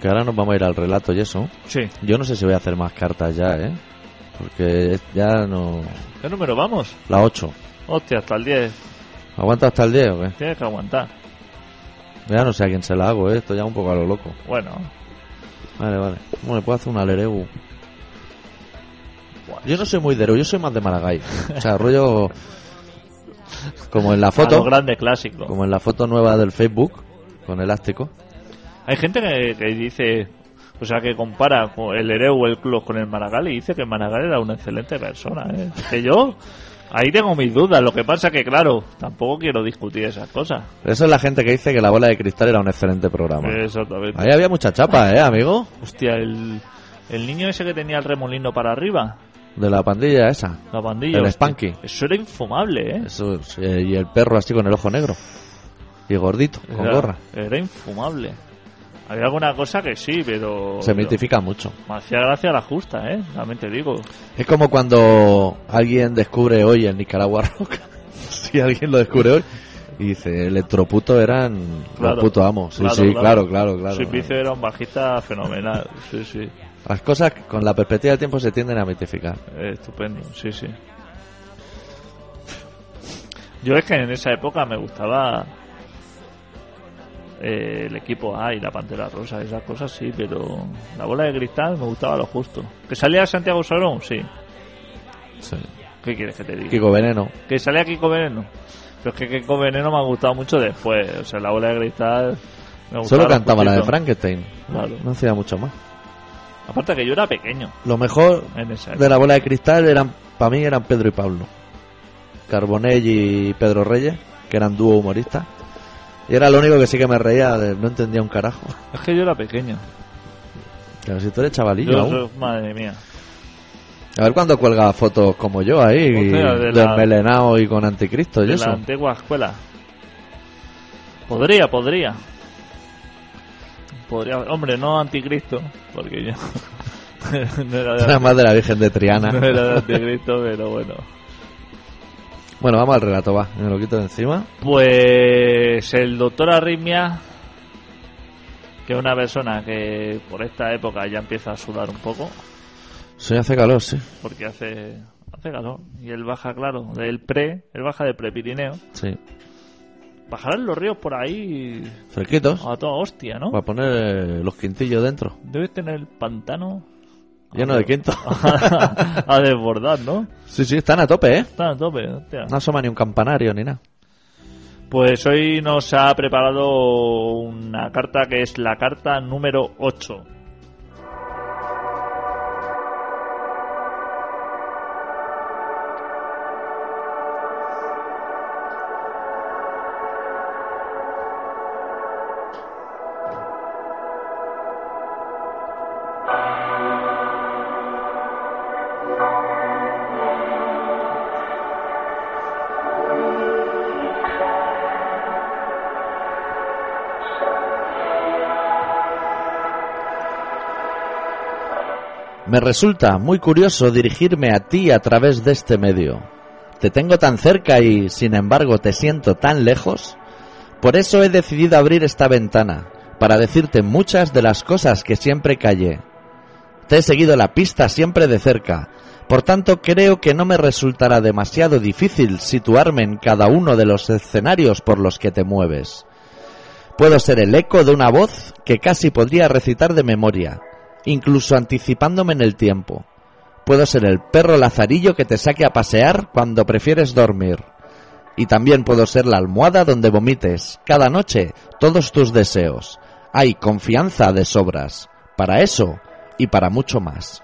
Speaker 1: que ahora nos vamos a ir al relato y eso.
Speaker 2: Sí.
Speaker 1: Yo no sé si voy a hacer más cartas ya, ¿eh? Porque ya no...
Speaker 2: ¿Qué número vamos?
Speaker 1: La 8.
Speaker 2: Hostia, hasta el 10.
Speaker 1: ¿Aguanta hasta el 10 o qué?
Speaker 2: Tienes que aguantar.
Speaker 1: Ya no sé a quién se la hago, ¿eh? Esto ya un poco a lo loco.
Speaker 2: Bueno.
Speaker 1: Vale, vale. Bueno, puedo hacer un alereu.
Speaker 2: Buah.
Speaker 1: Yo no soy muy de Ereu, yo soy más de Maragall. O sea, rollo... Como en la
Speaker 2: A lo
Speaker 1: foto,
Speaker 2: grande clásico.
Speaker 1: como en la foto nueva del Facebook, con elástico.
Speaker 2: Hay gente que, que dice, o sea, que compara con el Ereu o el Club con el Maragall y dice que Maragall era una excelente persona. ¿eh? Que yo, ahí tengo mis dudas. Lo que pasa que, claro, tampoco quiero discutir esas cosas.
Speaker 1: Eso es la gente que dice que La Bola de Cristal era un excelente programa.
Speaker 2: Eh, Exactamente.
Speaker 1: Ahí había mucha chapa, ¿eh, amigo?
Speaker 2: Hostia, el, el niño ese que tenía el remolino para arriba,
Speaker 1: De la pandilla esa.
Speaker 2: la pandilla.
Speaker 1: El
Speaker 2: hostia,
Speaker 1: Spanky.
Speaker 2: Eso era infumable, ¿eh?
Speaker 1: Eso, sí, y el perro así con el ojo negro. Y gordito, con
Speaker 2: era,
Speaker 1: gorra.
Speaker 2: Era infumable. Había alguna cosa que sí, pero...
Speaker 1: Se
Speaker 2: pero
Speaker 1: mitifica mucho.
Speaker 2: Me hacía gracia la justa, ¿eh? También te digo.
Speaker 1: Es como cuando alguien descubre hoy el Nicaragua Rock. si alguien lo descubre hoy. Y dice, electroputo eran
Speaker 2: Claro,
Speaker 1: los putos amos. Sí,
Speaker 2: claro,
Speaker 1: sí,
Speaker 2: claro.
Speaker 1: claro, claro, claro.
Speaker 2: Simplicio era un bajista fenomenal. Sí, Eh, sí.
Speaker 1: Las cosas con la perspectiva del tiempo se tienden a mitificar.
Speaker 2: Eh, Estupendo, sí, sí. Yo es que en esa época me gustaba eh, el equipo A y la Pantera Rosa, esas cosas sí, pero la bola de cristal me gustaba lo justo. ¿Que salía Santiago Sorón? Sí.
Speaker 1: Sí.
Speaker 2: ¿Qué quieres que te diga?
Speaker 1: Kiko Veneno.
Speaker 2: ¿Que salía Kiko Veneno? Pero es que Kiko Veneno me ha gustado mucho después. O sea, la bola de cristal me gustaba.
Speaker 1: Solo
Speaker 2: lo
Speaker 1: cantaba la de
Speaker 2: justito.
Speaker 1: Frankenstein.
Speaker 2: Claro.
Speaker 1: No hacía mucho más.
Speaker 2: Aparte que yo era pequeño
Speaker 1: Lo mejor
Speaker 2: en esa época.
Speaker 1: de la bola de cristal eran Para mí eran Pedro y Pablo. Carbonell y Pedro Reyes, que eran dúo humorista. Y era lo único que sí que me reía, de- no entendía un carajo.
Speaker 2: Es que yo era pequeño.
Speaker 1: Claro, si tú eres chavalillo
Speaker 2: Yo-
Speaker 1: aún.
Speaker 2: yo- madre mía.
Speaker 1: A ver cuándo cuelga fotos como yo ahí,
Speaker 2: O sea, de la-
Speaker 1: desmelenado y con anticristo y
Speaker 2: De
Speaker 1: eso.
Speaker 2: la antigua escuela. Podría, podría. Podría, hombre, no anticristo, porque yo no era
Speaker 1: Nada
Speaker 2: de,
Speaker 1: más de la Virgen de Triana.
Speaker 2: no era de anticristo, pero bueno.
Speaker 1: Bueno, vamos al relato, va. Me lo quito de encima.
Speaker 2: Pues el doctor Arritmia, que es una persona que por esta época ya empieza a sudar un poco,
Speaker 1: Soy hace calor, sí.
Speaker 2: porque hace, hace calor, y él baja, claro, del pre, él baja de prepirineo.
Speaker 1: Sí.
Speaker 2: Bajarán los ríos por ahí
Speaker 1: Fresquitos.
Speaker 2: a toda hostia, Ah, ¿no?
Speaker 1: Para poner eh, los quintillos dentro.
Speaker 2: Debes tener el pantano Ah,
Speaker 1: Lleno de quinto.
Speaker 2: a desbordar, ¿no?
Speaker 1: sí, sí, están a tope, ¿eh?
Speaker 2: Está a tope, hostia.
Speaker 1: No asoma ni un campanario ni nada.
Speaker 2: Pues hoy nos ha preparado una carta que es la carta número 8.
Speaker 1: Me resulta muy curioso dirigirme a ti a través de este medio. Te tengo tan cerca y, sin embargo, te siento tan lejos. Por eso he decidido abrir esta ventana, para decirte muchas de las cosas que siempre callé. Te he seguido la pista siempre de cerca, por tanto creo que no me resultará demasiado difícil situarme en cada uno de los escenarios por los que te mueves. Puedo ser el eco de una voz que casi podría recitar de memoria, incluso anticipándome en el tiempo. Puedo ser el perro lazarillo que te saque a pasear cuando prefieres dormir. Y también puedo ser la almohada donde vomites cada noche todos tus deseos. Hay confianza de sobras para eso y para mucho más.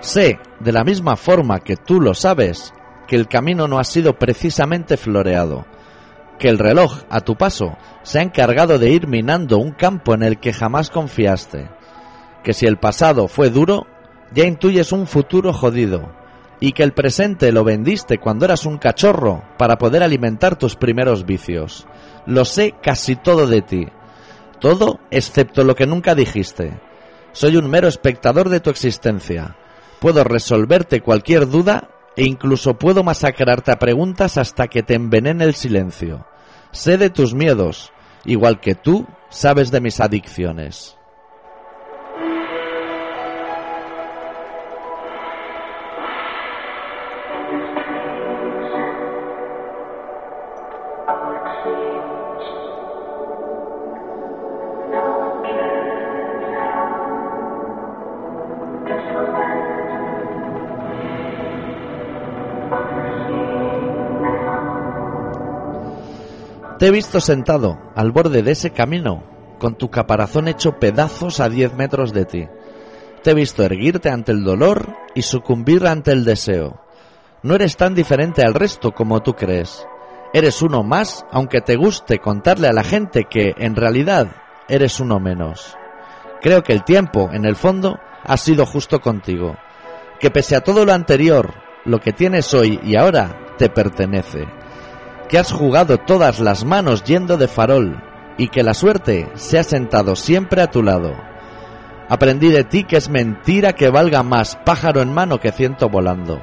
Speaker 1: Sé, de la misma forma que tú lo sabes, que el camino no ha sido precisamente floreado, que el reloj, a tu paso, se ha encargado de ir minando un campo en el que jamás confiaste, que si el pasado fue duro, ya intuyes un futuro jodido, y que el presente lo vendiste cuando eras un cachorro para poder alimentar tus primeros vicios. Lo sé casi todo de ti, todo excepto lo que nunca dijiste. Soy un mero espectador de tu existencia. Puedo resolverte cualquier duda e incluso puedo masacrarte a preguntas hasta que te envenene el silencio. Sé de tus miedos, igual que tú sabes de mis adicciones. Te he visto sentado al borde de ese camino, con tu caparazón hecho pedazos a diez metros de ti. Te he visto erguirte ante el dolor y sucumbir ante el deseo. No eres tan diferente al resto como tú crees. Eres uno más, aunque te guste contarle a la gente que, en realidad, eres uno menos. Creo que el tiempo, en el fondo, ha sido justo contigo. Que pese a todo lo anterior, lo que tienes hoy y ahora te pertenece que has jugado todas las manos yendo de farol y que la suerte se ha sentado siempre a tu lado. Aprendí de ti que es mentira que valga más pájaro en mano que ciento volando,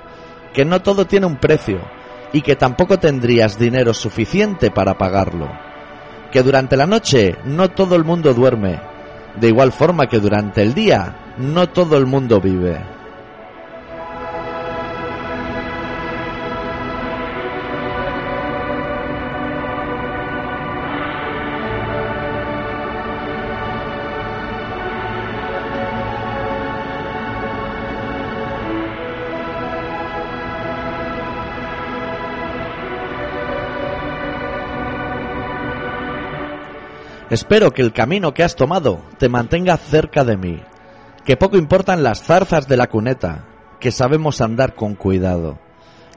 Speaker 1: que no todo tiene un precio y que tampoco tendrías dinero suficiente para pagarlo, que durante la noche no todo el mundo duerme, de igual forma que durante el día no todo el mundo vive. Espero que el camino que has tomado te mantenga cerca de mí, que poco importan las zarzas de la cuneta, que sabemos andar con cuidado,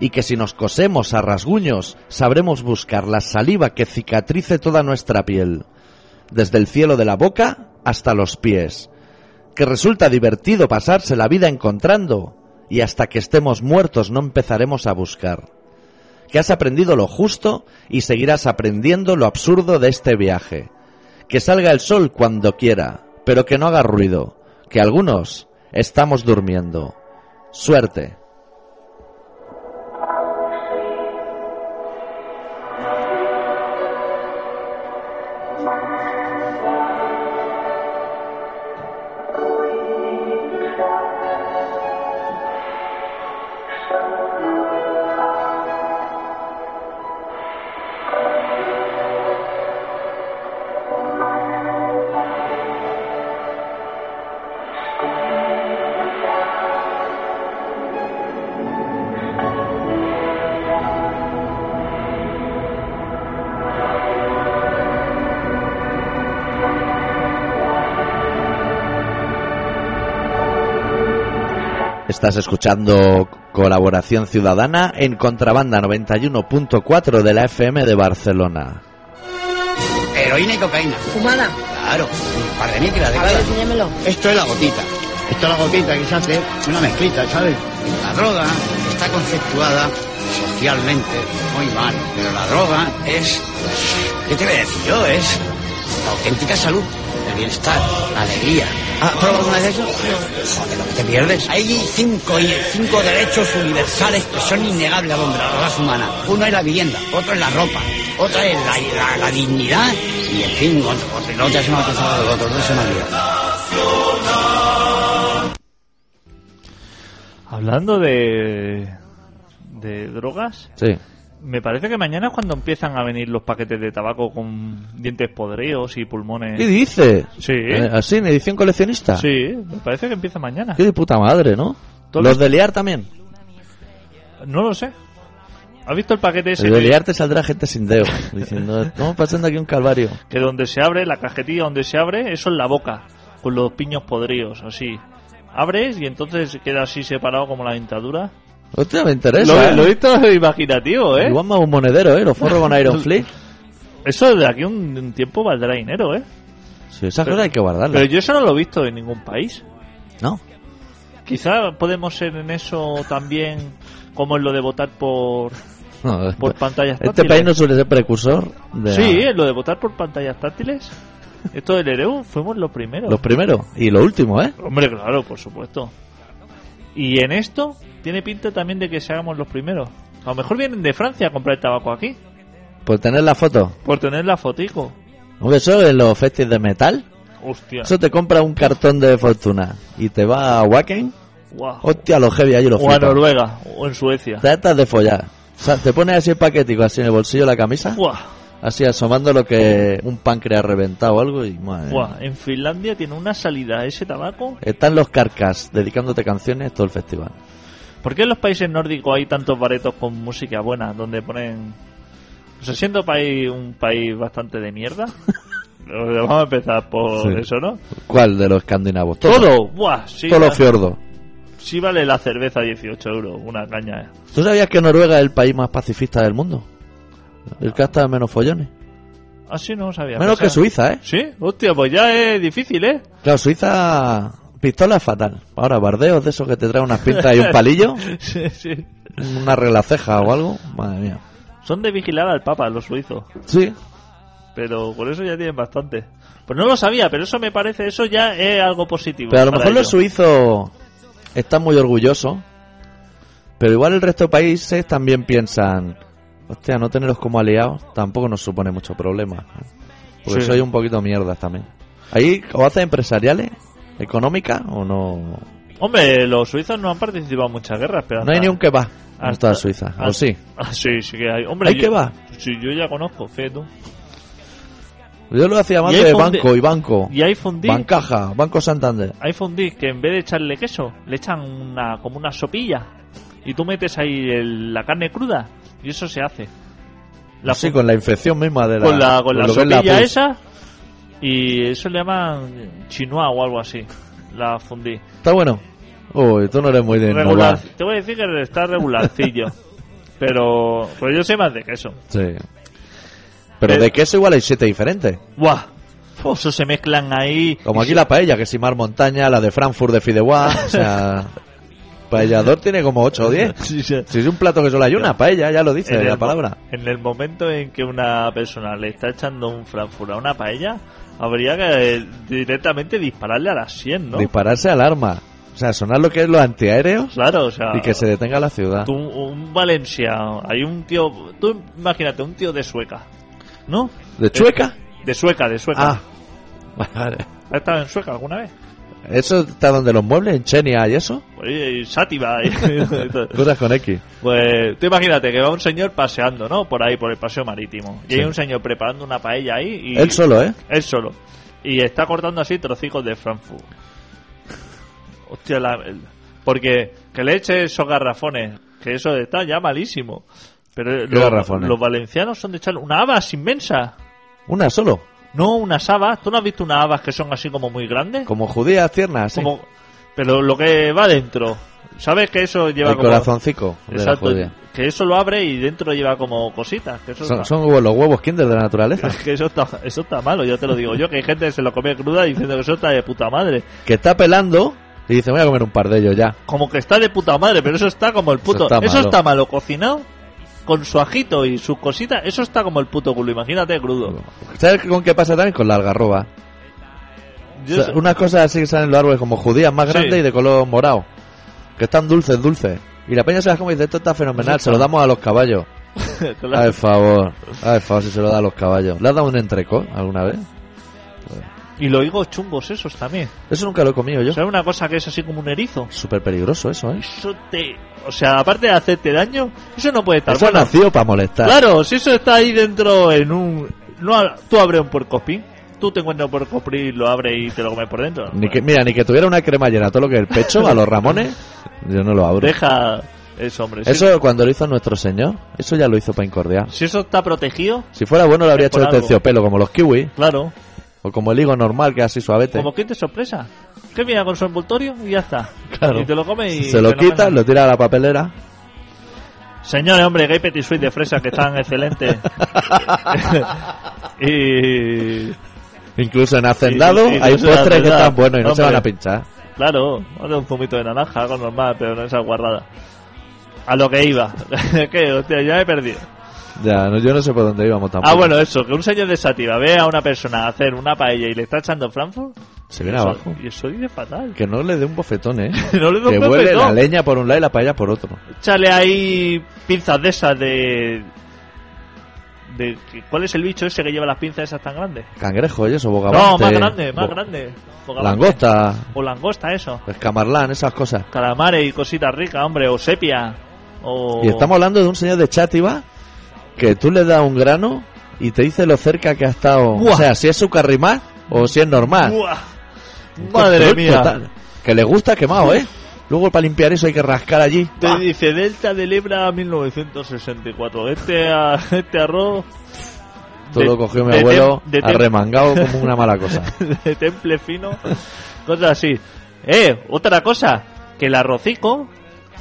Speaker 1: y que si nos cosemos a rasguños sabremos buscar la saliva que cicatrice toda nuestra piel, desde el cielo de la boca hasta los pies, que resulta divertido pasarse la vida encontrando, y hasta que estemos muertos no empezaremos a buscar que has aprendido lo justo y seguirás aprendiendo lo absurdo de este viaje. Que salga el sol cuando quiera, pero que no haga ruido, que algunos estamos durmiendo. Suerte. Estás escuchando Colaboración Ciudadana en Contrabanda 91.4 de la FM de Barcelona.
Speaker 4: Heroína y cocaína.
Speaker 5: Humana,
Speaker 4: Claro. Un par de micras de
Speaker 5: a ver,
Speaker 4: cada.
Speaker 5: enséñamelo.
Speaker 4: Esto es la gotita. Esto es la gotita que se hace una mezclita, ¿sabes? La droga está conceptuada socialmente muy mal, pero la droga es, ¿qué te voy a decir yo? Es la auténtica salud, el bienestar, la alegría. ¿Has probado alguna de eso? Joder, lo que te pierdes. Hay cinco, y- cinco derechos universales que son innegables a donde la raza humana. Uno es la vivienda, otro es la ropa, otra es la, la- la dignidad y, en fin, otro, otro, no, ya se me ha pasado el otro, no se me ha olvidado.
Speaker 2: Hablando de. de drogas,
Speaker 1: Sí.
Speaker 2: me parece que mañana es cuando empiezan a venir los paquetes de tabaco con dientes podridos y pulmones.
Speaker 1: ¿Qué dice?
Speaker 2: Sí.
Speaker 1: Eh, ¿Así en edición coleccionista?
Speaker 2: Sí, me parece que empieza mañana.
Speaker 1: Qué de puta madre, ¿no?
Speaker 2: Todo-
Speaker 1: Los de liar también.
Speaker 2: No lo sé. ¿Has visto el paquete ese?
Speaker 1: El de
Speaker 2: que-
Speaker 1: liar te saldrá gente sin dedo, diciendo, estamos pasando aquí un calvario.
Speaker 2: que donde se abre, la cajetilla donde se abre, eso es la boca, con los piños podridos, así. Abres y entonces queda así separado como la dentadura.
Speaker 1: Hostia, me
Speaker 2: Lo,
Speaker 1: interesa. ¿eh?
Speaker 2: lo he visto imaginativo, ¿eh?
Speaker 1: Igual más un monedero, ¿eh? Lo forro con Iron Fleet.
Speaker 2: Eso de aquí a un, un tiempo valdrá dinero, ¿eh?
Speaker 1: Sí, esas
Speaker 2: Pero-
Speaker 1: cosas hay que guardarlas.
Speaker 2: Pero yo eso no lo he visto en ningún país.
Speaker 1: No.
Speaker 2: Quizá podemos ser en eso también como en lo de votar por,
Speaker 1: No,
Speaker 2: por pantallas
Speaker 1: este
Speaker 2: táctiles.
Speaker 1: país no suele ser precursor de
Speaker 2: Sí, en lo de votar por pantallas táctiles. Esto del Ereu fuimos los primeros.
Speaker 1: los primeros y los últimos, ¿eh?
Speaker 2: Hombre, claro, por supuesto. Y en esto tiene pinta también de que seamos los primeros. A lo mejor vienen de Francia a comprar el tabaco aquí,
Speaker 1: Por tener la foto.
Speaker 2: por tener la fotico.
Speaker 1: Aunque eso en los festis de metal,
Speaker 2: Hostia.
Speaker 1: eso te compra un cartón de fortuna y te va a Wacken.
Speaker 2: Guau.
Speaker 1: Hostia, los heavy, ahí los
Speaker 2: O a Noruega, o en Suecia.
Speaker 1: Tratas de follar. O sea, te pones así el paquetico, así en el bolsillo de la camisa,
Speaker 2: Guau,
Speaker 1: así asomando lo que un páncreas reventado o algo y madre.
Speaker 2: guau.
Speaker 1: mía.
Speaker 2: En Finlandia tiene una salida ese tabaco.
Speaker 1: Están los carcas dedicándote canciones todo el festival.
Speaker 2: ¿Por qué en los países nórdicos hay tantos baretos con música buena donde ponen... O sea, siendo país, un país bastante de mierda. Vamos a empezar por
Speaker 1: Sí.
Speaker 2: eso, ¿no?
Speaker 1: ¿Cuál de los escandinavos?
Speaker 2: Todo, buah, sí.
Speaker 1: Todo lo
Speaker 2: ya-
Speaker 1: fiordo.
Speaker 2: Sí vale la cerveza 18 euros, una caña. eh.
Speaker 1: ¿Tú sabías que Noruega es el país más pacifista del mundo? El que hasta menos follones.
Speaker 2: Ah, sí, no sabía.
Speaker 1: Menos que
Speaker 2: Pensaba-
Speaker 1: Suiza, ¿eh?
Speaker 2: Sí, hostia, pues ya es difícil, ¿eh?
Speaker 1: Claro, Suiza... Pistola es fatal. Ahora, bardeos de esos que te traen unas pintas y un palillo,
Speaker 2: sí, sí.
Speaker 1: una relaceja o algo. Madre mía.
Speaker 2: Son de vigilar al Papa los suizos,
Speaker 1: Sí.
Speaker 2: pero por eso ya tienen bastante. Pues no lo sabía, pero eso me parece, eso ya es algo positivo.
Speaker 1: Pero a lo
Speaker 2: para
Speaker 1: mejor los
Speaker 2: ellos.
Speaker 1: suizos están muy orgullosos. Pero igual el resto de países también piensan... Hostia, no tenerlos como aliados tampoco nos supone mucho problema. ¿no? Porque
Speaker 2: Sí.
Speaker 1: soy un poquito mierdas también. ¿Ahí o haces empresariales? ¿Económicas o no?
Speaker 2: Hombre, los suizos no han participado en muchas guerras, pero...
Speaker 1: No hay
Speaker 2: hasta-
Speaker 1: ni un kebab en
Speaker 2: hasta-
Speaker 1: toda Suiza.
Speaker 2: hasta-
Speaker 1: ¿O sí?
Speaker 2: Ah, sí, sí que hay. Hombre,
Speaker 1: ¿Hay
Speaker 2: yo-
Speaker 1: kebab?
Speaker 2: Sí, yo ya conozco, fíjate tú.
Speaker 1: Yo lo hacía más
Speaker 2: ¿Y hay
Speaker 1: de
Speaker 2: funde-
Speaker 1: banco y banco.
Speaker 2: Y hay fundí,
Speaker 1: Bancaja, Banco Santander.
Speaker 2: hay fundí que en vez de echarle queso, le echan una como una sopilla y tú metes ahí el- la carne cruda y eso se hace. La
Speaker 1: sí,
Speaker 2: fun-
Speaker 1: con la infección misma de la...
Speaker 2: con la, con la
Speaker 1: lo que es
Speaker 2: sopilla
Speaker 1: pus.
Speaker 2: esa Y eso le llaman chinua o algo así. La fundí.
Speaker 1: Está bueno. Uy, tú no eres muy de
Speaker 2: Regular,
Speaker 1: innovar.
Speaker 2: te voy a decir que está regularcillo. pero, pero yo soy más de queso.
Speaker 1: Sí. Pero
Speaker 2: Eh.
Speaker 1: de queso igual hay siete diferentes.
Speaker 2: ¡Buah! Eso se mezclan ahí.
Speaker 1: Como aquí la paella, que si Mar Montaña, la de Frankfurt de Fideuá, o sea... Paellador tiene como ocho o diez.
Speaker 2: Sí, sí.
Speaker 1: Si es un plato que solo hay una, paella, ya lo dice
Speaker 2: En
Speaker 1: la
Speaker 2: el-
Speaker 1: palabra.
Speaker 2: En el momento en que una persona le está echando un Frankfurt a una paella, habría que eh, directamente dispararle a las 100, ¿no?
Speaker 1: Dispararse al arma. O sea, sonar lo que es los antiaéreos
Speaker 2: claro, o sea.
Speaker 1: y que se detenga la ciudad.
Speaker 2: Ah. tú- un Valencia, hay un tío. Tú imagínate, un tío de Sueca, ¿no? Eh,
Speaker 1: ¿De Chueca?
Speaker 2: De Sueca, de Sueca.
Speaker 1: Ah. Vale.
Speaker 2: ¿Has estado en Sueca alguna vez?
Speaker 1: ¿Eso está donde los muebles? ¿En Chenia y eso?
Speaker 2: Pues, y- y Sátiva. y- y todo.
Speaker 1: Cosas con X.
Speaker 2: Pues tú imagínate que va un señor paseando, ¿no? Por ahí, por el paseo marítimo. Y
Speaker 1: Sí.
Speaker 2: hay un señor preparando una paella ahí y...
Speaker 1: Él solo, ¿eh?
Speaker 2: Él solo. Y está cortando así trocicos de Frankfurt. Hostia, la... el- Porque que le eche esos garrafones, que eso está ya malísimo. Pero eh, los,
Speaker 1: garrafones?
Speaker 2: los valencianos son de echar una habas inmensa.
Speaker 1: Una solo.
Speaker 2: No, unas habas. ¿Tú no has visto unas habas que son así como muy grandes?
Speaker 1: Como judías tiernas, sí.
Speaker 2: Como... Pero lo que va dentro. ¿Sabes que eso lleva
Speaker 1: El
Speaker 2: como-
Speaker 1: corazoncico de la
Speaker 2: Exacto,
Speaker 1: judía.
Speaker 2: que eso lo abre y dentro lleva como cositas. Que eso,
Speaker 1: Son,
Speaker 2: está,
Speaker 1: son huevos- los huevos kinder de la naturaleza.
Speaker 2: que eso, está, eso está malo, yo te lo digo yo, que hay gente que se lo come cruda diciendo que eso está de puta madre.
Speaker 1: Que está pelando y dice, voy a comer un par de ellos ya.
Speaker 2: Como que está de puta madre, pero eso está como el puto...
Speaker 1: Eso
Speaker 2: Eso
Speaker 1: está
Speaker 2: está,
Speaker 1: malo.
Speaker 2: malo, cocinado con su ajito y sus cositas, eso está como el puto culo, imagínate crudo.
Speaker 1: ¿Sabes con qué pasa también? Con la algarroba.
Speaker 2: Yo-
Speaker 1: O sea, unas cosas así que salen en los árboles como judías más
Speaker 2: Sí.
Speaker 1: grandes y de color morado. Que están dulces, dulces. Y la peña se las come y dice, esto está fenomenal,
Speaker 2: Eso
Speaker 1: se lo damos a los caballos.
Speaker 2: claro.
Speaker 1: Al favor, al favor, si se lo da a los caballos. ¿Le has dado un entreco alguna vez?
Speaker 2: Y lo digo chungos esos también.
Speaker 1: Eso nunca lo he comido yo.
Speaker 2: O sea, una cosa que es así como un erizo.
Speaker 1: Súper peligroso eso, ¿eh?
Speaker 2: Eso te... O sea, aparte de hacerte daño, eso no puede estar
Speaker 1: Eso
Speaker 2: bueno.
Speaker 1: nació para molestar.
Speaker 2: Claro, si eso está ahí dentro en un... No, a- tú abres un puercospín, tú te encuentras un puercospín, lo abres y te lo comes por dentro.
Speaker 1: Ni que, mira, ni que tuviera una cremallera, todo lo que es el pecho, a los ramones, yo no lo abro.
Speaker 2: Deja eso, hombre. Si-
Speaker 1: Eso cuando lo hizo nuestro señor, eso ya lo hizo para incordiar.
Speaker 2: Si eso está protegido,
Speaker 1: Si fuera bueno lo habría
Speaker 2: Es por
Speaker 1: hecho de
Speaker 2: algo.
Speaker 1: terciopelo, como los kiwis,
Speaker 2: claro.
Speaker 1: o como el higo normal, que es así suavete.
Speaker 2: Como que te sorpresa. Que mira con su envoltorio y ya está.
Speaker 1: Claro.
Speaker 2: Y te lo comes y...
Speaker 1: Se lo
Speaker 2: fenomenal.
Speaker 1: quitas, lo tira a la papelera.
Speaker 2: Señores, hombre, que hay petit suite de fresas que están excelentes. y...
Speaker 1: Incluso en hacendado
Speaker 2: Sí, sí,
Speaker 1: hay
Speaker 2: incluso en
Speaker 1: postres que
Speaker 2: Hacendado.
Speaker 1: están buenos y no se
Speaker 2: Hombre.
Speaker 1: van a pinchar.
Speaker 2: Claro, hazle un zumito de naranja, algo normal, pero no esa guardada. A lo que iba. que, hostia, ya me he perdido.
Speaker 1: Ya, no, yo no sé por dónde íbamos tampoco.
Speaker 2: Ah, bueno, eso, que un señor de Sativa ve a una persona hacer una paella y le está echando Frankfurt.
Speaker 1: Se viene
Speaker 2: eso-
Speaker 1: abajo.
Speaker 2: Y eso dice fatal.
Speaker 1: Que no le dé un bofetón, eh.
Speaker 2: No le doy
Speaker 1: que
Speaker 2: un
Speaker 1: huele la
Speaker 2: bofetón.
Speaker 1: leña por un lado y la paella por otro.
Speaker 2: Échale ahí pinzas de esas de. de ¿Cuál es el bicho ese que lleva las pinzas esas tan grandes?
Speaker 1: Cangrejo y eso, bogavante.
Speaker 2: No, más grande, más
Speaker 1: bo-
Speaker 2: grande. Bogavante.
Speaker 1: Langosta,
Speaker 2: O langosta, eso.
Speaker 1: escamarlán, esas cosas.
Speaker 2: Calamares y cositas ricas, hombre. O sepia. O...
Speaker 1: Y estamos hablando de un señor de Chátiva que tú le das un grano y te dice lo cerca que ha estado.
Speaker 2: Buah.
Speaker 1: O sea, si es su carrimán o si es normal.
Speaker 2: Buah.
Speaker 1: Un
Speaker 2: Madre
Speaker 1: control
Speaker 2: mía.
Speaker 1: total. Que le gusta quemado, eh. Luego para limpiar eso hay que rascar allí.
Speaker 2: Te
Speaker 1: Ah,
Speaker 2: dice Delta del Ebra 1964. Este, a- este arroz
Speaker 1: Todo
Speaker 2: de-
Speaker 1: lo cogió mi
Speaker 2: de
Speaker 1: abuelo
Speaker 2: tem- de tem-
Speaker 1: arremangado como una mala cosa.
Speaker 2: de temple fino, cosas así. Eh, otra cosa, que el arrocico,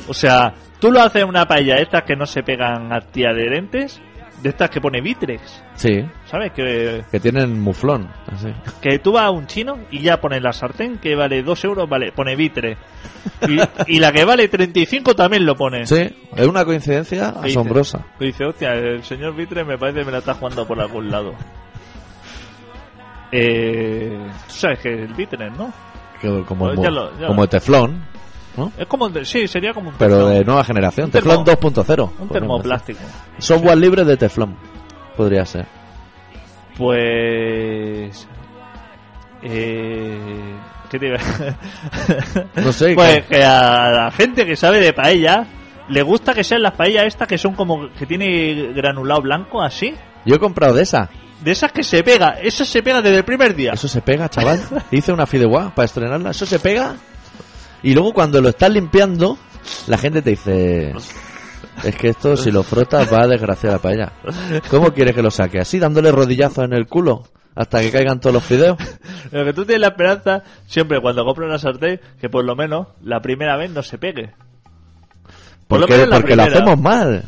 Speaker 2: o sea, tú lo haces en una paella de estas que no se pegan antiadherentes, de estas que pone Vitrex,
Speaker 1: Sí,
Speaker 2: ¿sabes? Que,
Speaker 1: que tienen muflón. Así.
Speaker 2: que tú vas a un chino y ya pones la sartén que vale 2 euros, vale, pone Vitrex. Y, y la que vale 35 también lo pone.
Speaker 1: Sí, es una coincidencia
Speaker 2: Que dice-
Speaker 1: asombrosa.
Speaker 2: que dice, hostia, el señor Vitre me parece que me la está jugando por algún lado. Eh, tú sabes que el Vitre, ¿no?
Speaker 1: Que Como,
Speaker 2: Pues ya lo- ya
Speaker 1: como
Speaker 2: lo-
Speaker 1: el teflón, ¿no?
Speaker 2: Es como, un te- sí, sería como un
Speaker 1: Pero
Speaker 2: termo-
Speaker 1: de nueva generación,
Speaker 2: Un termo-
Speaker 1: Teflón 2.0.
Speaker 2: un
Speaker 1: podríamos
Speaker 2: termoplástico.
Speaker 1: decir. Software libre de Teflón, podría ser.
Speaker 2: Pues... Eh, ¿Qué te iba a-
Speaker 1: No sé,
Speaker 2: Pues
Speaker 1: que-
Speaker 2: que a la gente que sabe de paella le gusta que sean las paellas estas que son como que tiene granulado blanco así.
Speaker 1: Yo he comprado de esa.
Speaker 2: De esas que se pega, eso se pega desde el primer día.
Speaker 1: Eso se pega, chaval. Hice una fideuá para estrenarla. Eso se pega. Y luego cuando lo estás limpiando, la gente te dice... Es que esto, si lo frotas, va a desgraciar la paella. ¿Cómo quieres que lo saque? ¿Así, dándole rodillazo en el culo? hasta que caigan todos los fideos.
Speaker 2: Lo que tú tienes la esperanza, siempre cuando compras una sartén, que por lo menos la primera vez no se pegue. Por lo
Speaker 1: Porque,
Speaker 2: menos la
Speaker 1: porque lo
Speaker 2: primera.
Speaker 1: hacemos mal.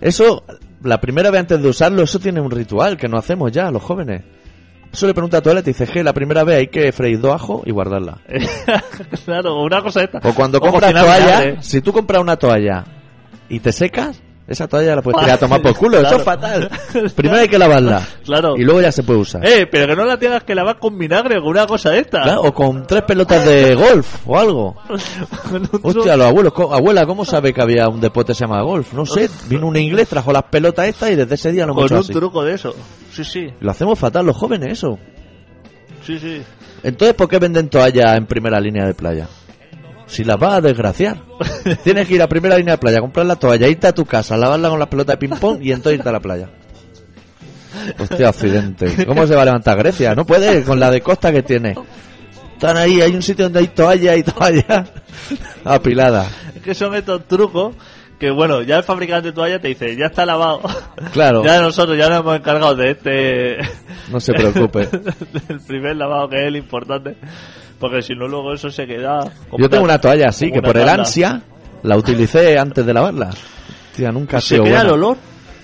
Speaker 1: Eso, la primera vez antes de usarlo, eso tiene un ritual que no hacemos ya, los jóvenes. Eso le pregunta a tu abuela y te dice, "Je, la primera vez hay que freír dos ajos y guardarla.
Speaker 2: claro, una cosa esta.
Speaker 1: O cuando compras
Speaker 2: cocinar vinagre.
Speaker 1: toalla, si tú compras una toalla y te secas, esa toalla la puedes tirar a tomar por culo, eso
Speaker 2: Claro.
Speaker 1: es fatal. Primero hay que lavarla.
Speaker 2: Claro.
Speaker 1: Y luego ya se puede usar.
Speaker 2: Eh, pero que no la tengas que lavar con vinagre o con una cosa esta.
Speaker 1: Claro, O con tres pelotas de golf o algo.
Speaker 2: Con un
Speaker 1: Hostia, los abuelos, co- abuela, ¿cómo sabe que había un deporte que se llama golf? No sé, vino un inglés, trajo las pelotas estas y desde ese día lo hemos
Speaker 2: con
Speaker 1: hecho
Speaker 2: un
Speaker 1: así.
Speaker 2: truco de eso. Sí, sí,
Speaker 1: Lo hacemos fatal los jóvenes eso.
Speaker 2: sí, sí.
Speaker 1: Entonces, ¿por qué venden toallas en primera línea de playa? Si las vas a desgraciar. Tienes que ir a primera línea de playa, comprar la toalla, irte a tu casa, lavarla con las pelotas de ping-pong y entonces irte a la playa. Hostia, accidente. ¿Cómo se va a levantar Grecia? No puede con la de costa que tiene. Están ahí, hay un sitio donde hay toallas y toallas apiladas.
Speaker 2: Es que son estos trucos que, bueno, ya el fabricante de toalla te dice, ya está lavado.
Speaker 1: Claro.
Speaker 2: Ya nosotros ya nos hemos encargado de este...
Speaker 1: No se preocupe.
Speaker 2: el primer lavado que es el importante. Porque si no, luego eso se queda. como
Speaker 1: Yo tengo una toalla así
Speaker 2: como
Speaker 1: que
Speaker 2: una
Speaker 1: por el
Speaker 2: tanda.
Speaker 1: ansia la utilicé antes de lavarla. Tía, nunca ha
Speaker 2: Se
Speaker 1: sido
Speaker 2: queda el
Speaker 1: buena.
Speaker 2: olor.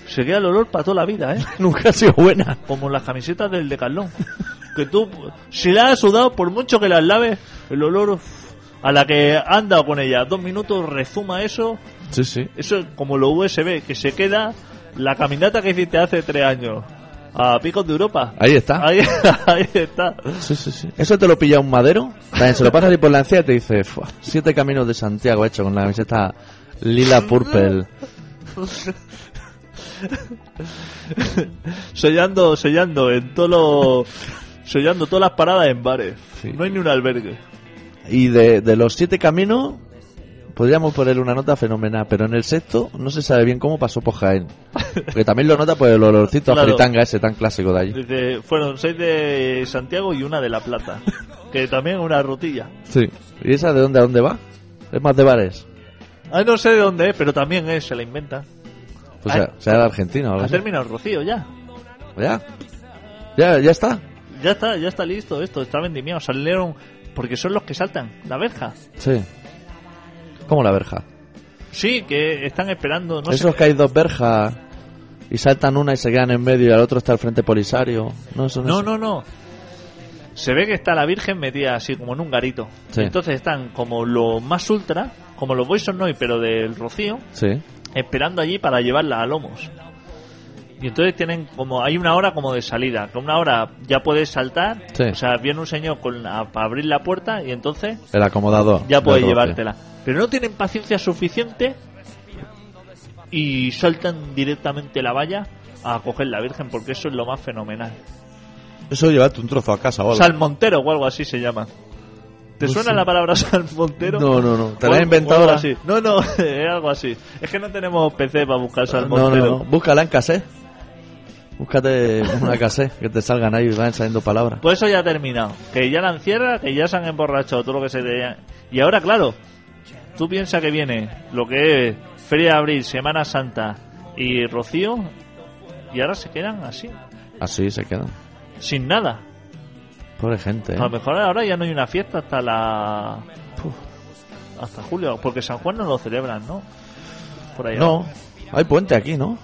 Speaker 2: Se queda el olor para toda la vida, ¿eh?
Speaker 1: Nunca ha sido buena.
Speaker 2: Como las camisetas del Decathlon. Que tú, si la has sudado, por mucho que las laves, el olor uf, a la que has andado con ella dos minutos rezuma eso.
Speaker 1: Sí, sí.
Speaker 2: Eso es como lo USB, que se queda la caminata que hiciste hace tres años a Picos de Europa.
Speaker 1: Ahí está.
Speaker 2: Ahí, ahí está.
Speaker 1: Sí, sí, sí. Eso te lo pilla un madero, también se lo pasas así por la encía y te dice, "Fua, siete caminos de Santiago hecho con la camiseta lila purple.
Speaker 2: Sellando, sellando en todo lo- Sellando todas las paradas en bares.
Speaker 1: Sí.
Speaker 2: No hay ni un albergue.
Speaker 1: Y de, de los siete caminos podríamos ponerle una nota fenomenal, pero en el sexto no se sabe bien cómo pasó por Jaén. Porque también lo nota por el olorcito a
Speaker 2: Claro.
Speaker 1: fritanga ese tan clásico de allí.
Speaker 2: Dice, fueron seis de Santiago y una de La Plata. Que también es una rutilla.
Speaker 1: Sí. ¿Y esa de dónde a dónde va? Es más de bares.
Speaker 2: Ah, no sé de dónde es, pero también es, se la inventa.
Speaker 1: O
Speaker 2: Ay.
Speaker 1: sea, será de Argentina o algo
Speaker 2: Ha
Speaker 1: así.
Speaker 2: terminado el rocío ya.
Speaker 1: ¿Ya? ¿Ya, ya está?
Speaker 2: Ya está, ya está listo esto, está vendimiado. Salieron porque son los que saltan la verja.
Speaker 1: Sí. Como la verja.
Speaker 2: Sí, que están esperando, no
Speaker 1: Esos
Speaker 2: sé.
Speaker 1: que hay dos verjas y saltan una y se quedan en medio y al otro está el frente polisario. No, eso no,
Speaker 2: No,
Speaker 1: es-
Speaker 2: no, no. Se ve que está la Virgen metida así como en un garito.
Speaker 1: Sí.
Speaker 2: Entonces están como los más ultra, como los Boys on Noise, pero del Rocío,
Speaker 1: Sí.
Speaker 2: esperando allí para llevarla a lomos. Y entonces tienen como hay una hora como de salida, que una hora ya puedes saltar,
Speaker 1: Sí.
Speaker 2: o sea, viene un señor con la- para abrir la puerta y entonces
Speaker 1: El acomodador.
Speaker 2: ya puedes
Speaker 1: del roce.
Speaker 2: llevártela. Pero no tienen paciencia suficiente y saltan directamente la valla a coger la Virgen porque eso es lo más fenomenal.
Speaker 1: Eso llevarte un trozo a casa o algo.
Speaker 2: Salmontero o algo así se llama. ¿Te
Speaker 1: No
Speaker 2: suena
Speaker 1: sé.
Speaker 2: la palabra salmontero?
Speaker 1: No, no, no. Te
Speaker 2: O
Speaker 1: la he
Speaker 2: algo-
Speaker 1: inventado
Speaker 2: o algo
Speaker 1: ahora.
Speaker 2: así. No, no, es algo así. Es que no tenemos PC para buscar
Speaker 1: No, no,
Speaker 2: salmontero.
Speaker 1: no. Búscala en casé. Búscate una casé que te salgan ahí y van saliendo palabras.
Speaker 2: Pues eso ya ha terminado. Que ya la encierra, que ya se han emborrachado todo lo que se tenía. Y ahora, claro, tú piensas que viene lo que es Feria de Abril, Semana Santa y Rocío, y ahora se quedan así,
Speaker 1: Así se quedan.
Speaker 2: sin nada.
Speaker 1: Pobre gente. ¿eh?
Speaker 2: A lo mejor ahora ya no hay una fiesta hasta la. hasta julio, porque San Juan no lo celebran, ¿no? Por ahí.
Speaker 1: No. Hay puente aquí, ¿no?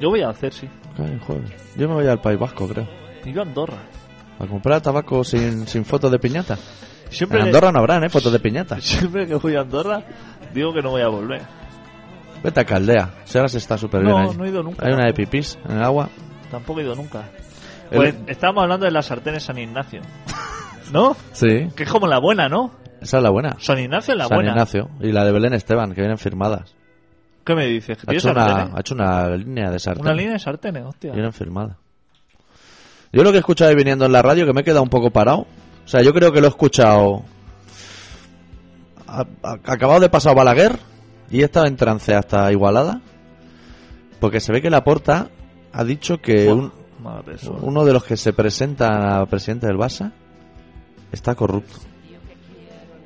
Speaker 2: Yo voy a hacer, sí.
Speaker 1: Ay, joder. Yo me voy al País Vasco, creo.
Speaker 2: Y yo a Andorra.
Speaker 1: A comprar tabaco sin, sin fotos de piñata.
Speaker 2: Siempre,
Speaker 1: En Andorra no habrán, ¿eh? Fotos de piñata.
Speaker 2: siempre que voy a Andorra, digo que no voy a volver.
Speaker 1: Vete a Caldea. Si ahora se está súper bien
Speaker 2: No,
Speaker 1: ahí.
Speaker 2: no he ido nunca.
Speaker 1: Hay una de pipis en el agua.
Speaker 2: Tampoco he ido nunca.
Speaker 1: El-
Speaker 2: Pues estábamos hablando de la sartén en San Ignacio. ¿No?
Speaker 1: Sí.
Speaker 2: Que es como la buena, ¿no?
Speaker 1: Esa es la buena.
Speaker 2: San Ignacio es la
Speaker 1: San
Speaker 2: buena.
Speaker 1: Ignacio. Y la de Belén Esteban, que vienen firmadas.
Speaker 2: ¿Qué me dices? ¿Que
Speaker 1: Ha
Speaker 2: tienes
Speaker 1: hecho, una,
Speaker 2: sartenes?
Speaker 1: ha hecho una línea de sartén.
Speaker 2: ¿eh? Una línea de sartenes, hostia.
Speaker 1: Vienen firmadas. Yo lo que he escuchado ahí viniendo en la radio, que me he quedado un poco parado. O sea, yo creo que lo he escuchado... a- a- acabado de pasar Balaguer. Y he estado en trance hasta Igualada. Porque se ve que la porta ha dicho que
Speaker 2: Buah,
Speaker 1: Eh, un,
Speaker 2: madre suerte.
Speaker 1: Uno de los que se presenta a presidente del Barça está corrupto.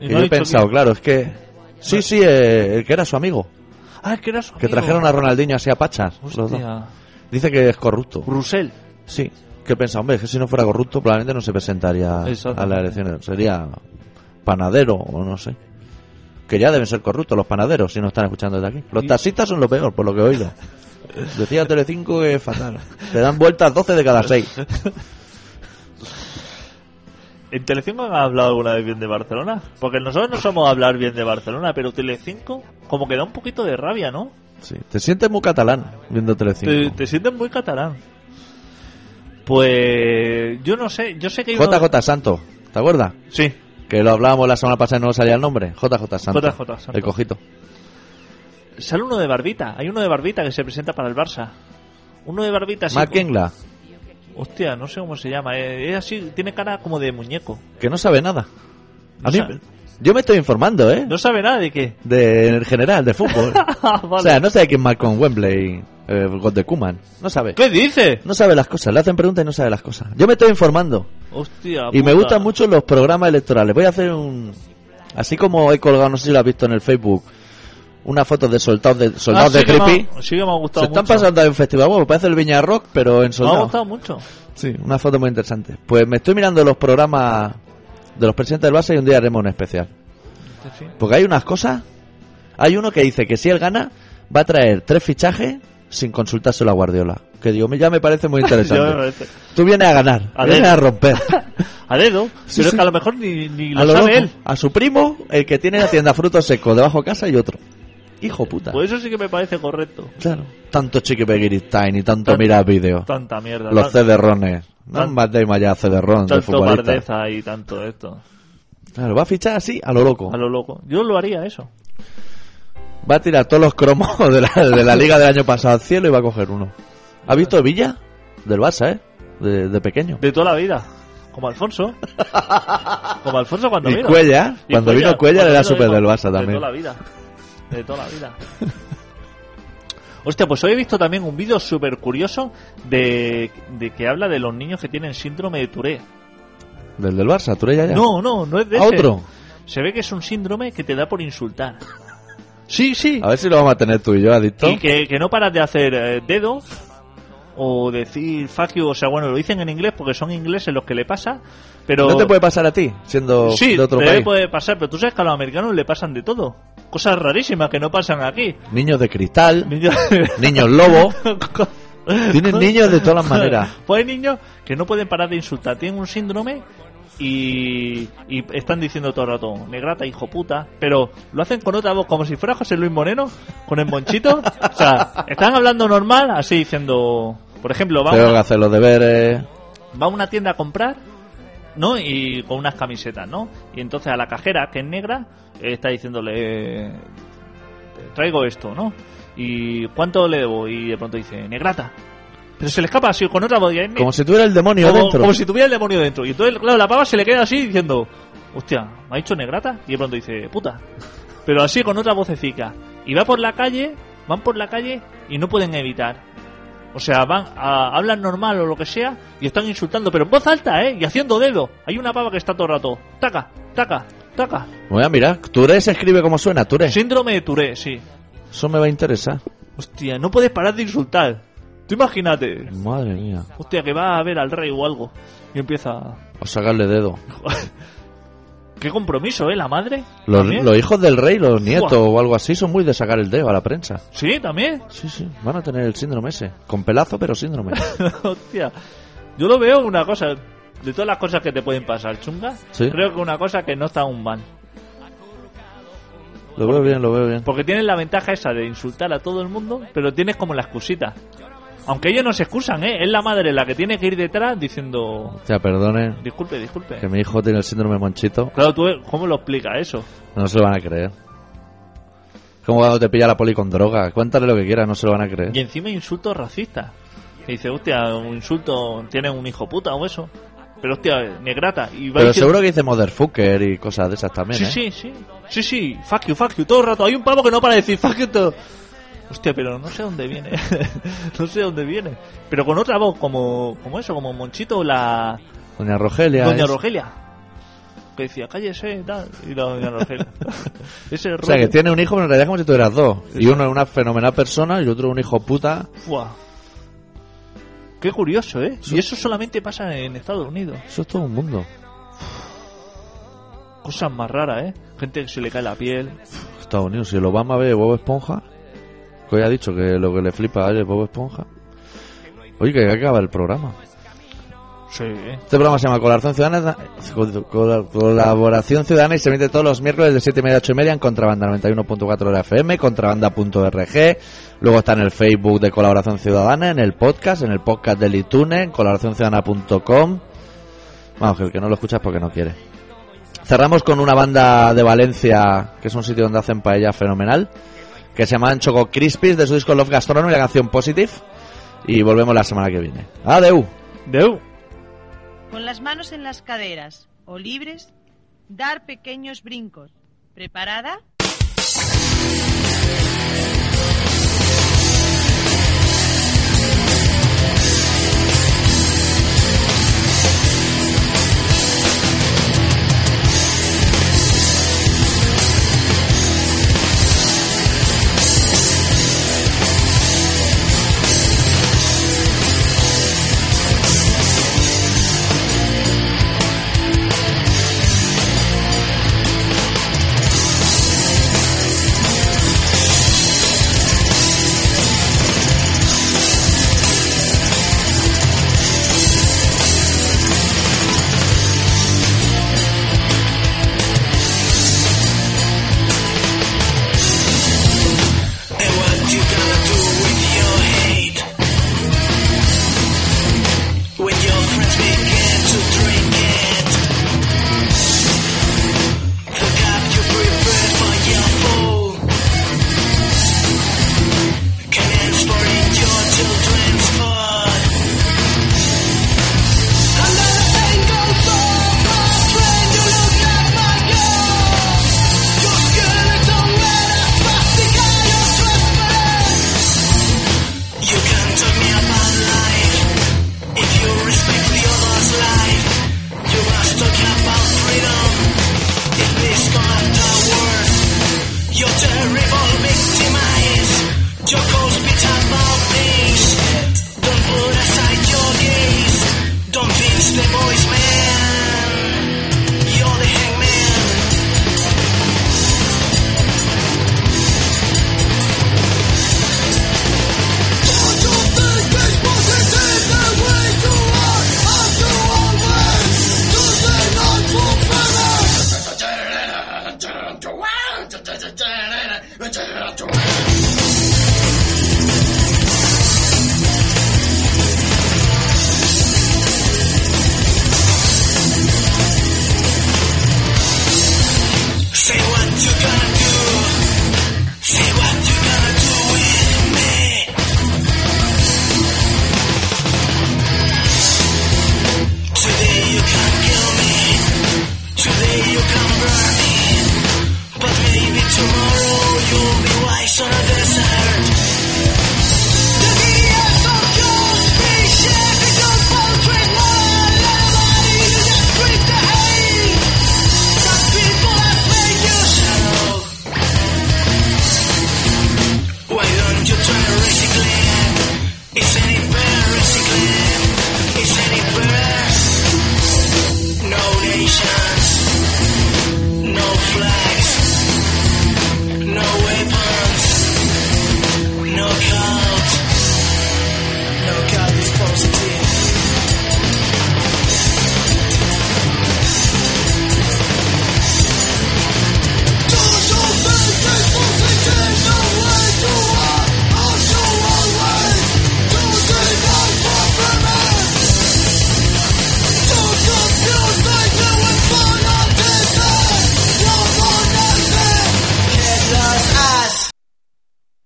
Speaker 2: Y
Speaker 1: Y
Speaker 2: no
Speaker 1: yo
Speaker 2: ha
Speaker 1: he
Speaker 2: dicho
Speaker 1: pensado, claro, es que. Sí, sí, eh, el que era su amigo.
Speaker 2: que- Ah, es que era su
Speaker 1: Que
Speaker 2: amigo.
Speaker 1: trajeron a Ronaldinho así a pachas. los dos.
Speaker 2: Hostia.
Speaker 1: Dice que es corrupto.
Speaker 2: Rusell.
Speaker 1: Sí, que he pensado, hombre, es que si no fuera corrupto probablemente no se presentaría
Speaker 2: Exacto.
Speaker 1: a las elecciones. Sería panadero o no sé. Que ya deben ser corruptos los panaderos si no están escuchando desde aquí. Los taxistas son lo peor, por lo que he oído. Decía Telecinco que es fatal. Te dan vueltas 12 de cada 6.
Speaker 2: ¿En Telecinco han hablado alguna vez bien de Barcelona? Porque nosotros no somos hablar bien de Barcelona, pero Telecinco como que da un poquito de rabia, ¿no?
Speaker 1: Sí. Te sientes muy catalán viendo Telecinco.
Speaker 2: Te, te sientes muy catalán. Pues yo no sé, yo sé que hay uno-
Speaker 1: JJ Santos, ¿te acuerdas?
Speaker 2: Sí,
Speaker 1: Que lo hablábamos la semana pasada y no nos salía el nombre. JJ Santos.
Speaker 2: JJ Santos.
Speaker 1: El cojito.
Speaker 2: sale uno de Barbita, hay uno de Barbita que se presenta para el Barça. Uno de Barbita así
Speaker 1: Mark
Speaker 2: como-
Speaker 1: Engla,
Speaker 2: Hostia, no sé cómo se llama, eh, es así, tiene cara como de muñeco.
Speaker 1: que no sabe nada. A
Speaker 2: No
Speaker 1: mí-
Speaker 2: sabe.
Speaker 1: yo me estoy informando, ¿eh?
Speaker 2: No sabe nada de qué.
Speaker 1: De, en el general, de fútbol.
Speaker 2: Ah, vale.
Speaker 1: O sea, no sabe quién marcó en Wembley eh, el gol de Kuman. No sabe.
Speaker 2: ¿Qué dice?
Speaker 1: No sabe las cosas. Le hacen preguntas y no sabe las cosas. Yo me estoy informando.
Speaker 2: Hostia.
Speaker 1: Y me
Speaker 2: puta.
Speaker 1: gustan mucho los programas electorales. Voy a hacer un. Así como he colgado, no sé si lo has visto en el Facebook, una foto de soldados de,
Speaker 2: Ah,
Speaker 1: soldados
Speaker 2: sí
Speaker 1: de
Speaker 2: que me ha-
Speaker 1: creepy.
Speaker 2: Sí que me ha
Speaker 1: Se
Speaker 2: gustado
Speaker 1: están
Speaker 2: mucho.
Speaker 1: pasando en festival, bueno, parece el Viña Rock, pero en
Speaker 2: me ha
Speaker 1: soldado.
Speaker 2: gustado mucho.
Speaker 1: Sí, una foto muy interesante. Pues me estoy mirando los programas de los presidentes del Barça y un día haremos un especial.
Speaker 2: Sí.
Speaker 1: Porque hay unas cosas. Hay uno que dice que si él gana, va a traer tres fichajes sin consultárselo a Guardiola. Que digo, ya me parece muy
Speaker 2: Ya me
Speaker 1: interesante.
Speaker 2: parece.
Speaker 1: Tú vienes a ganar,
Speaker 2: eh, A
Speaker 1: vienes
Speaker 2: ver.
Speaker 1: a romper.
Speaker 2: A dedo,
Speaker 1: Sí,
Speaker 2: pero
Speaker 1: sí.
Speaker 2: es que a lo mejor ni, ni lo,
Speaker 1: a, lo
Speaker 2: sabe
Speaker 1: loco.
Speaker 2: él.
Speaker 1: a su primo, el que tiene la tienda frutos secos debajo de casa y otro. Hijo puta.
Speaker 2: Pues eso sí que me parece correcto.
Speaker 1: claro. Tanto chiquipeguiristain y tanto
Speaker 2: Tan-
Speaker 1: mirar vídeos.
Speaker 2: Tanta mierda.
Speaker 1: Los
Speaker 2: tan-
Speaker 1: cederrones. No
Speaker 2: tan-
Speaker 1: más de allá cederrones de
Speaker 2: tanto
Speaker 1: futbolistas.
Speaker 2: bardeza y tanto esto.
Speaker 1: Claro, va a fichar así a lo loco.
Speaker 2: A lo loco. Yo lo haría eso.
Speaker 1: Va a tirar todos los cromos de la, de la liga del año pasado al cielo y va a coger uno. ¿Has visto Villa? Del Barça, ¿eh? De, de pequeño.
Speaker 2: De toda la vida. Como Alfonso. Como Alfonso cuando
Speaker 1: y
Speaker 2: vino.
Speaker 1: Cuellar.
Speaker 2: Y
Speaker 1: Cuando vino Cuellar
Speaker 2: cuando
Speaker 1: era
Speaker 2: vino
Speaker 1: súper
Speaker 2: de-
Speaker 1: del Barça
Speaker 2: De
Speaker 1: también.
Speaker 2: toda la vida. De toda la vida. Hostia, pues hoy he visto también un vídeo súper curioso de, de que habla de los niños que tienen síndrome de Tourette.
Speaker 1: Del del Barça, tú ya ya.
Speaker 2: No, este. no, no es de
Speaker 1: ¿A
Speaker 2: ese.
Speaker 1: otro?
Speaker 2: Se ve que es un síndrome que te da por insultar. Sí, sí.
Speaker 1: A ver si lo vamos a tener tú y yo, adicto.
Speaker 2: Y que, que no paras de hacer eh, dedo o decir fuck you. O sea, bueno, lo dicen en inglés porque son ingleses los que le pasa. Pero
Speaker 1: ¿No te puede pasar a ti, siendo
Speaker 2: sí,
Speaker 1: de otro
Speaker 2: te
Speaker 1: país?
Speaker 2: puede pasar. Pero tú sabes que a los americanos le pasan de todo. Cosas rarísimas que no pasan aquí.
Speaker 1: Niños de cristal,
Speaker 2: Niños-
Speaker 1: niños lobo. Tienen niños de todas las maneras.
Speaker 2: Pues hay niños que no pueden parar de insultar. Tienen un síndrome y, y están diciendo todo el rato, negrata, hijo puta. Pero lo hacen con otra voz, como si fuera José Luis Moreno, con el monchito. o sea, están hablando normal, así diciendo. Por ejemplo, va,
Speaker 1: Tengo que
Speaker 2: una,
Speaker 1: hacer los deberes.
Speaker 2: va a una tienda a comprar, ¿no? Y con unas camisetas, ¿no? Y entonces a la cajera, que es negra, eh, está diciéndole. eh, Traigo esto, ¿no? ¿Y cuánto le debo? Y de pronto dice, negrata. Pero se le escapa así con otra voz. y ahí-
Speaker 1: Como si tuviera el demonio
Speaker 2: como,
Speaker 1: dentro.
Speaker 2: como si tuviera el demonio dentro. Y entonces, claro, la pava se le queda así diciendo, hostia, ¿me ha dicho negrata? Y de pronto dice, puta. Pero así con otra vocecica. Y va por la calle, van por la calle y no pueden evitar. O sea, van a- hablan normal o lo que sea y están insultando, pero en voz alta, ¿eh? Y haciendo dedo. Hay una pava que está todo el rato, taca, taca, taca.
Speaker 1: Voy a mirar. Touré se escribe como suena, Touré.
Speaker 2: Síndrome de Touré, sí.
Speaker 1: Eso me va a interesar.
Speaker 2: Hostia, no puedes parar de insultar. Tú imagínate.
Speaker 1: Madre mía.
Speaker 2: Hostia, que va a ver al rey o algo. Y empieza...
Speaker 1: O sacarle dedo.
Speaker 2: Qué compromiso, ¿eh? La madre.
Speaker 1: Los,
Speaker 2: ¿También?
Speaker 1: los hijos del rey, los nietos
Speaker 2: Buah.
Speaker 1: o algo así, son muy de sacar el dedo a la prensa.
Speaker 2: Sí, también.
Speaker 1: Sí, sí, van a tener el síndrome ese. Con pelazo, pero síndrome.
Speaker 2: Hostia. Yo lo veo una cosa. De todas las cosas que te pueden pasar, chunga,
Speaker 1: Sí.
Speaker 2: creo que una cosa que no está un mal.
Speaker 1: lo veo bien, lo veo bien.
Speaker 2: Porque tienes la ventaja esa de insultar a todo el mundo, pero tienes como la excusita. Aunque ellos no se excusan, ¿eh? Es la madre la que tiene que ir detrás diciendo,
Speaker 1: Hostia, perdone
Speaker 2: disculpe, disculpe.
Speaker 1: que mi hijo tiene el síndrome monchito.
Speaker 2: Claro, tú, ¿cómo lo explica eso?
Speaker 1: No se lo van a creer. Es Como cuando te pilla la poli con droga. Cuéntale lo que quieras, no se lo van a creer.
Speaker 2: Y encima insultos racistas. Que dice, hostia, un insulto, tienes un hijo puta o eso. Pero hostia, negrata. Y va
Speaker 1: Pero
Speaker 2: diciendo-
Speaker 1: seguro que dice motherfucker y cosas de esas también,
Speaker 2: Sí,
Speaker 1: ¿eh?
Speaker 2: sí, sí. Sí, sí. Fuck you, fuck you. Todo el rato. Hay un pavo que no para de decir fuck you todo. Hostia, pero no sé dónde viene. no sé dónde viene. Pero con otra voz, como, como eso, como Monchito, la
Speaker 1: Doña Rogelia.
Speaker 2: Doña
Speaker 1: es-
Speaker 2: Rogelia. Que decía, cállese, tal. Y la Doña Rogelia. Ese
Speaker 1: O sea, que
Speaker 2: rollo.
Speaker 1: tiene un hijo, pero en realidad es como si tuvieras dos. Y uno es una fenomenal persona y otro un hijo puta.
Speaker 2: Fua. Qué curioso, ¿eh? Y eso solamente pasa en Estados Unidos.
Speaker 1: Eso es todo un mundo.
Speaker 2: Cosas más raras, ¿eh? Gente que se le cae la piel.
Speaker 1: Estados Unidos, si lo vamos a ver Bob Esponja, que hoy ha dicho que lo que le flipa a él es Bob Esponja. Oye, que acaba el programa.
Speaker 2: Sí, ¿eh?
Speaker 1: Este programa se llama Colaboración Ciudadana, Col- Colaboración Ciudadana y se emite todos los miércoles de 7 y media a 8 y media en Contrabanda 91.4 de la FM, Contrabanda.org. Luego está en el Facebook de Colaboración Ciudadana, en el podcast, en el podcast del iTunes, en colaboracionciudadana.com. Vamos, que el que no lo escucha es porque no quiere. Cerramos con una banda de Valencia, que es un sitio donde hacen paella fenomenal, que se llama Choco Crispis, de su disco Love Gastronomy, la canción Positive. Y volvemos la semana que viene. Adeu.
Speaker 2: Deu.
Speaker 5: Con las manos en las caderas o libres, dar pequeños brincos. ¿Preparada?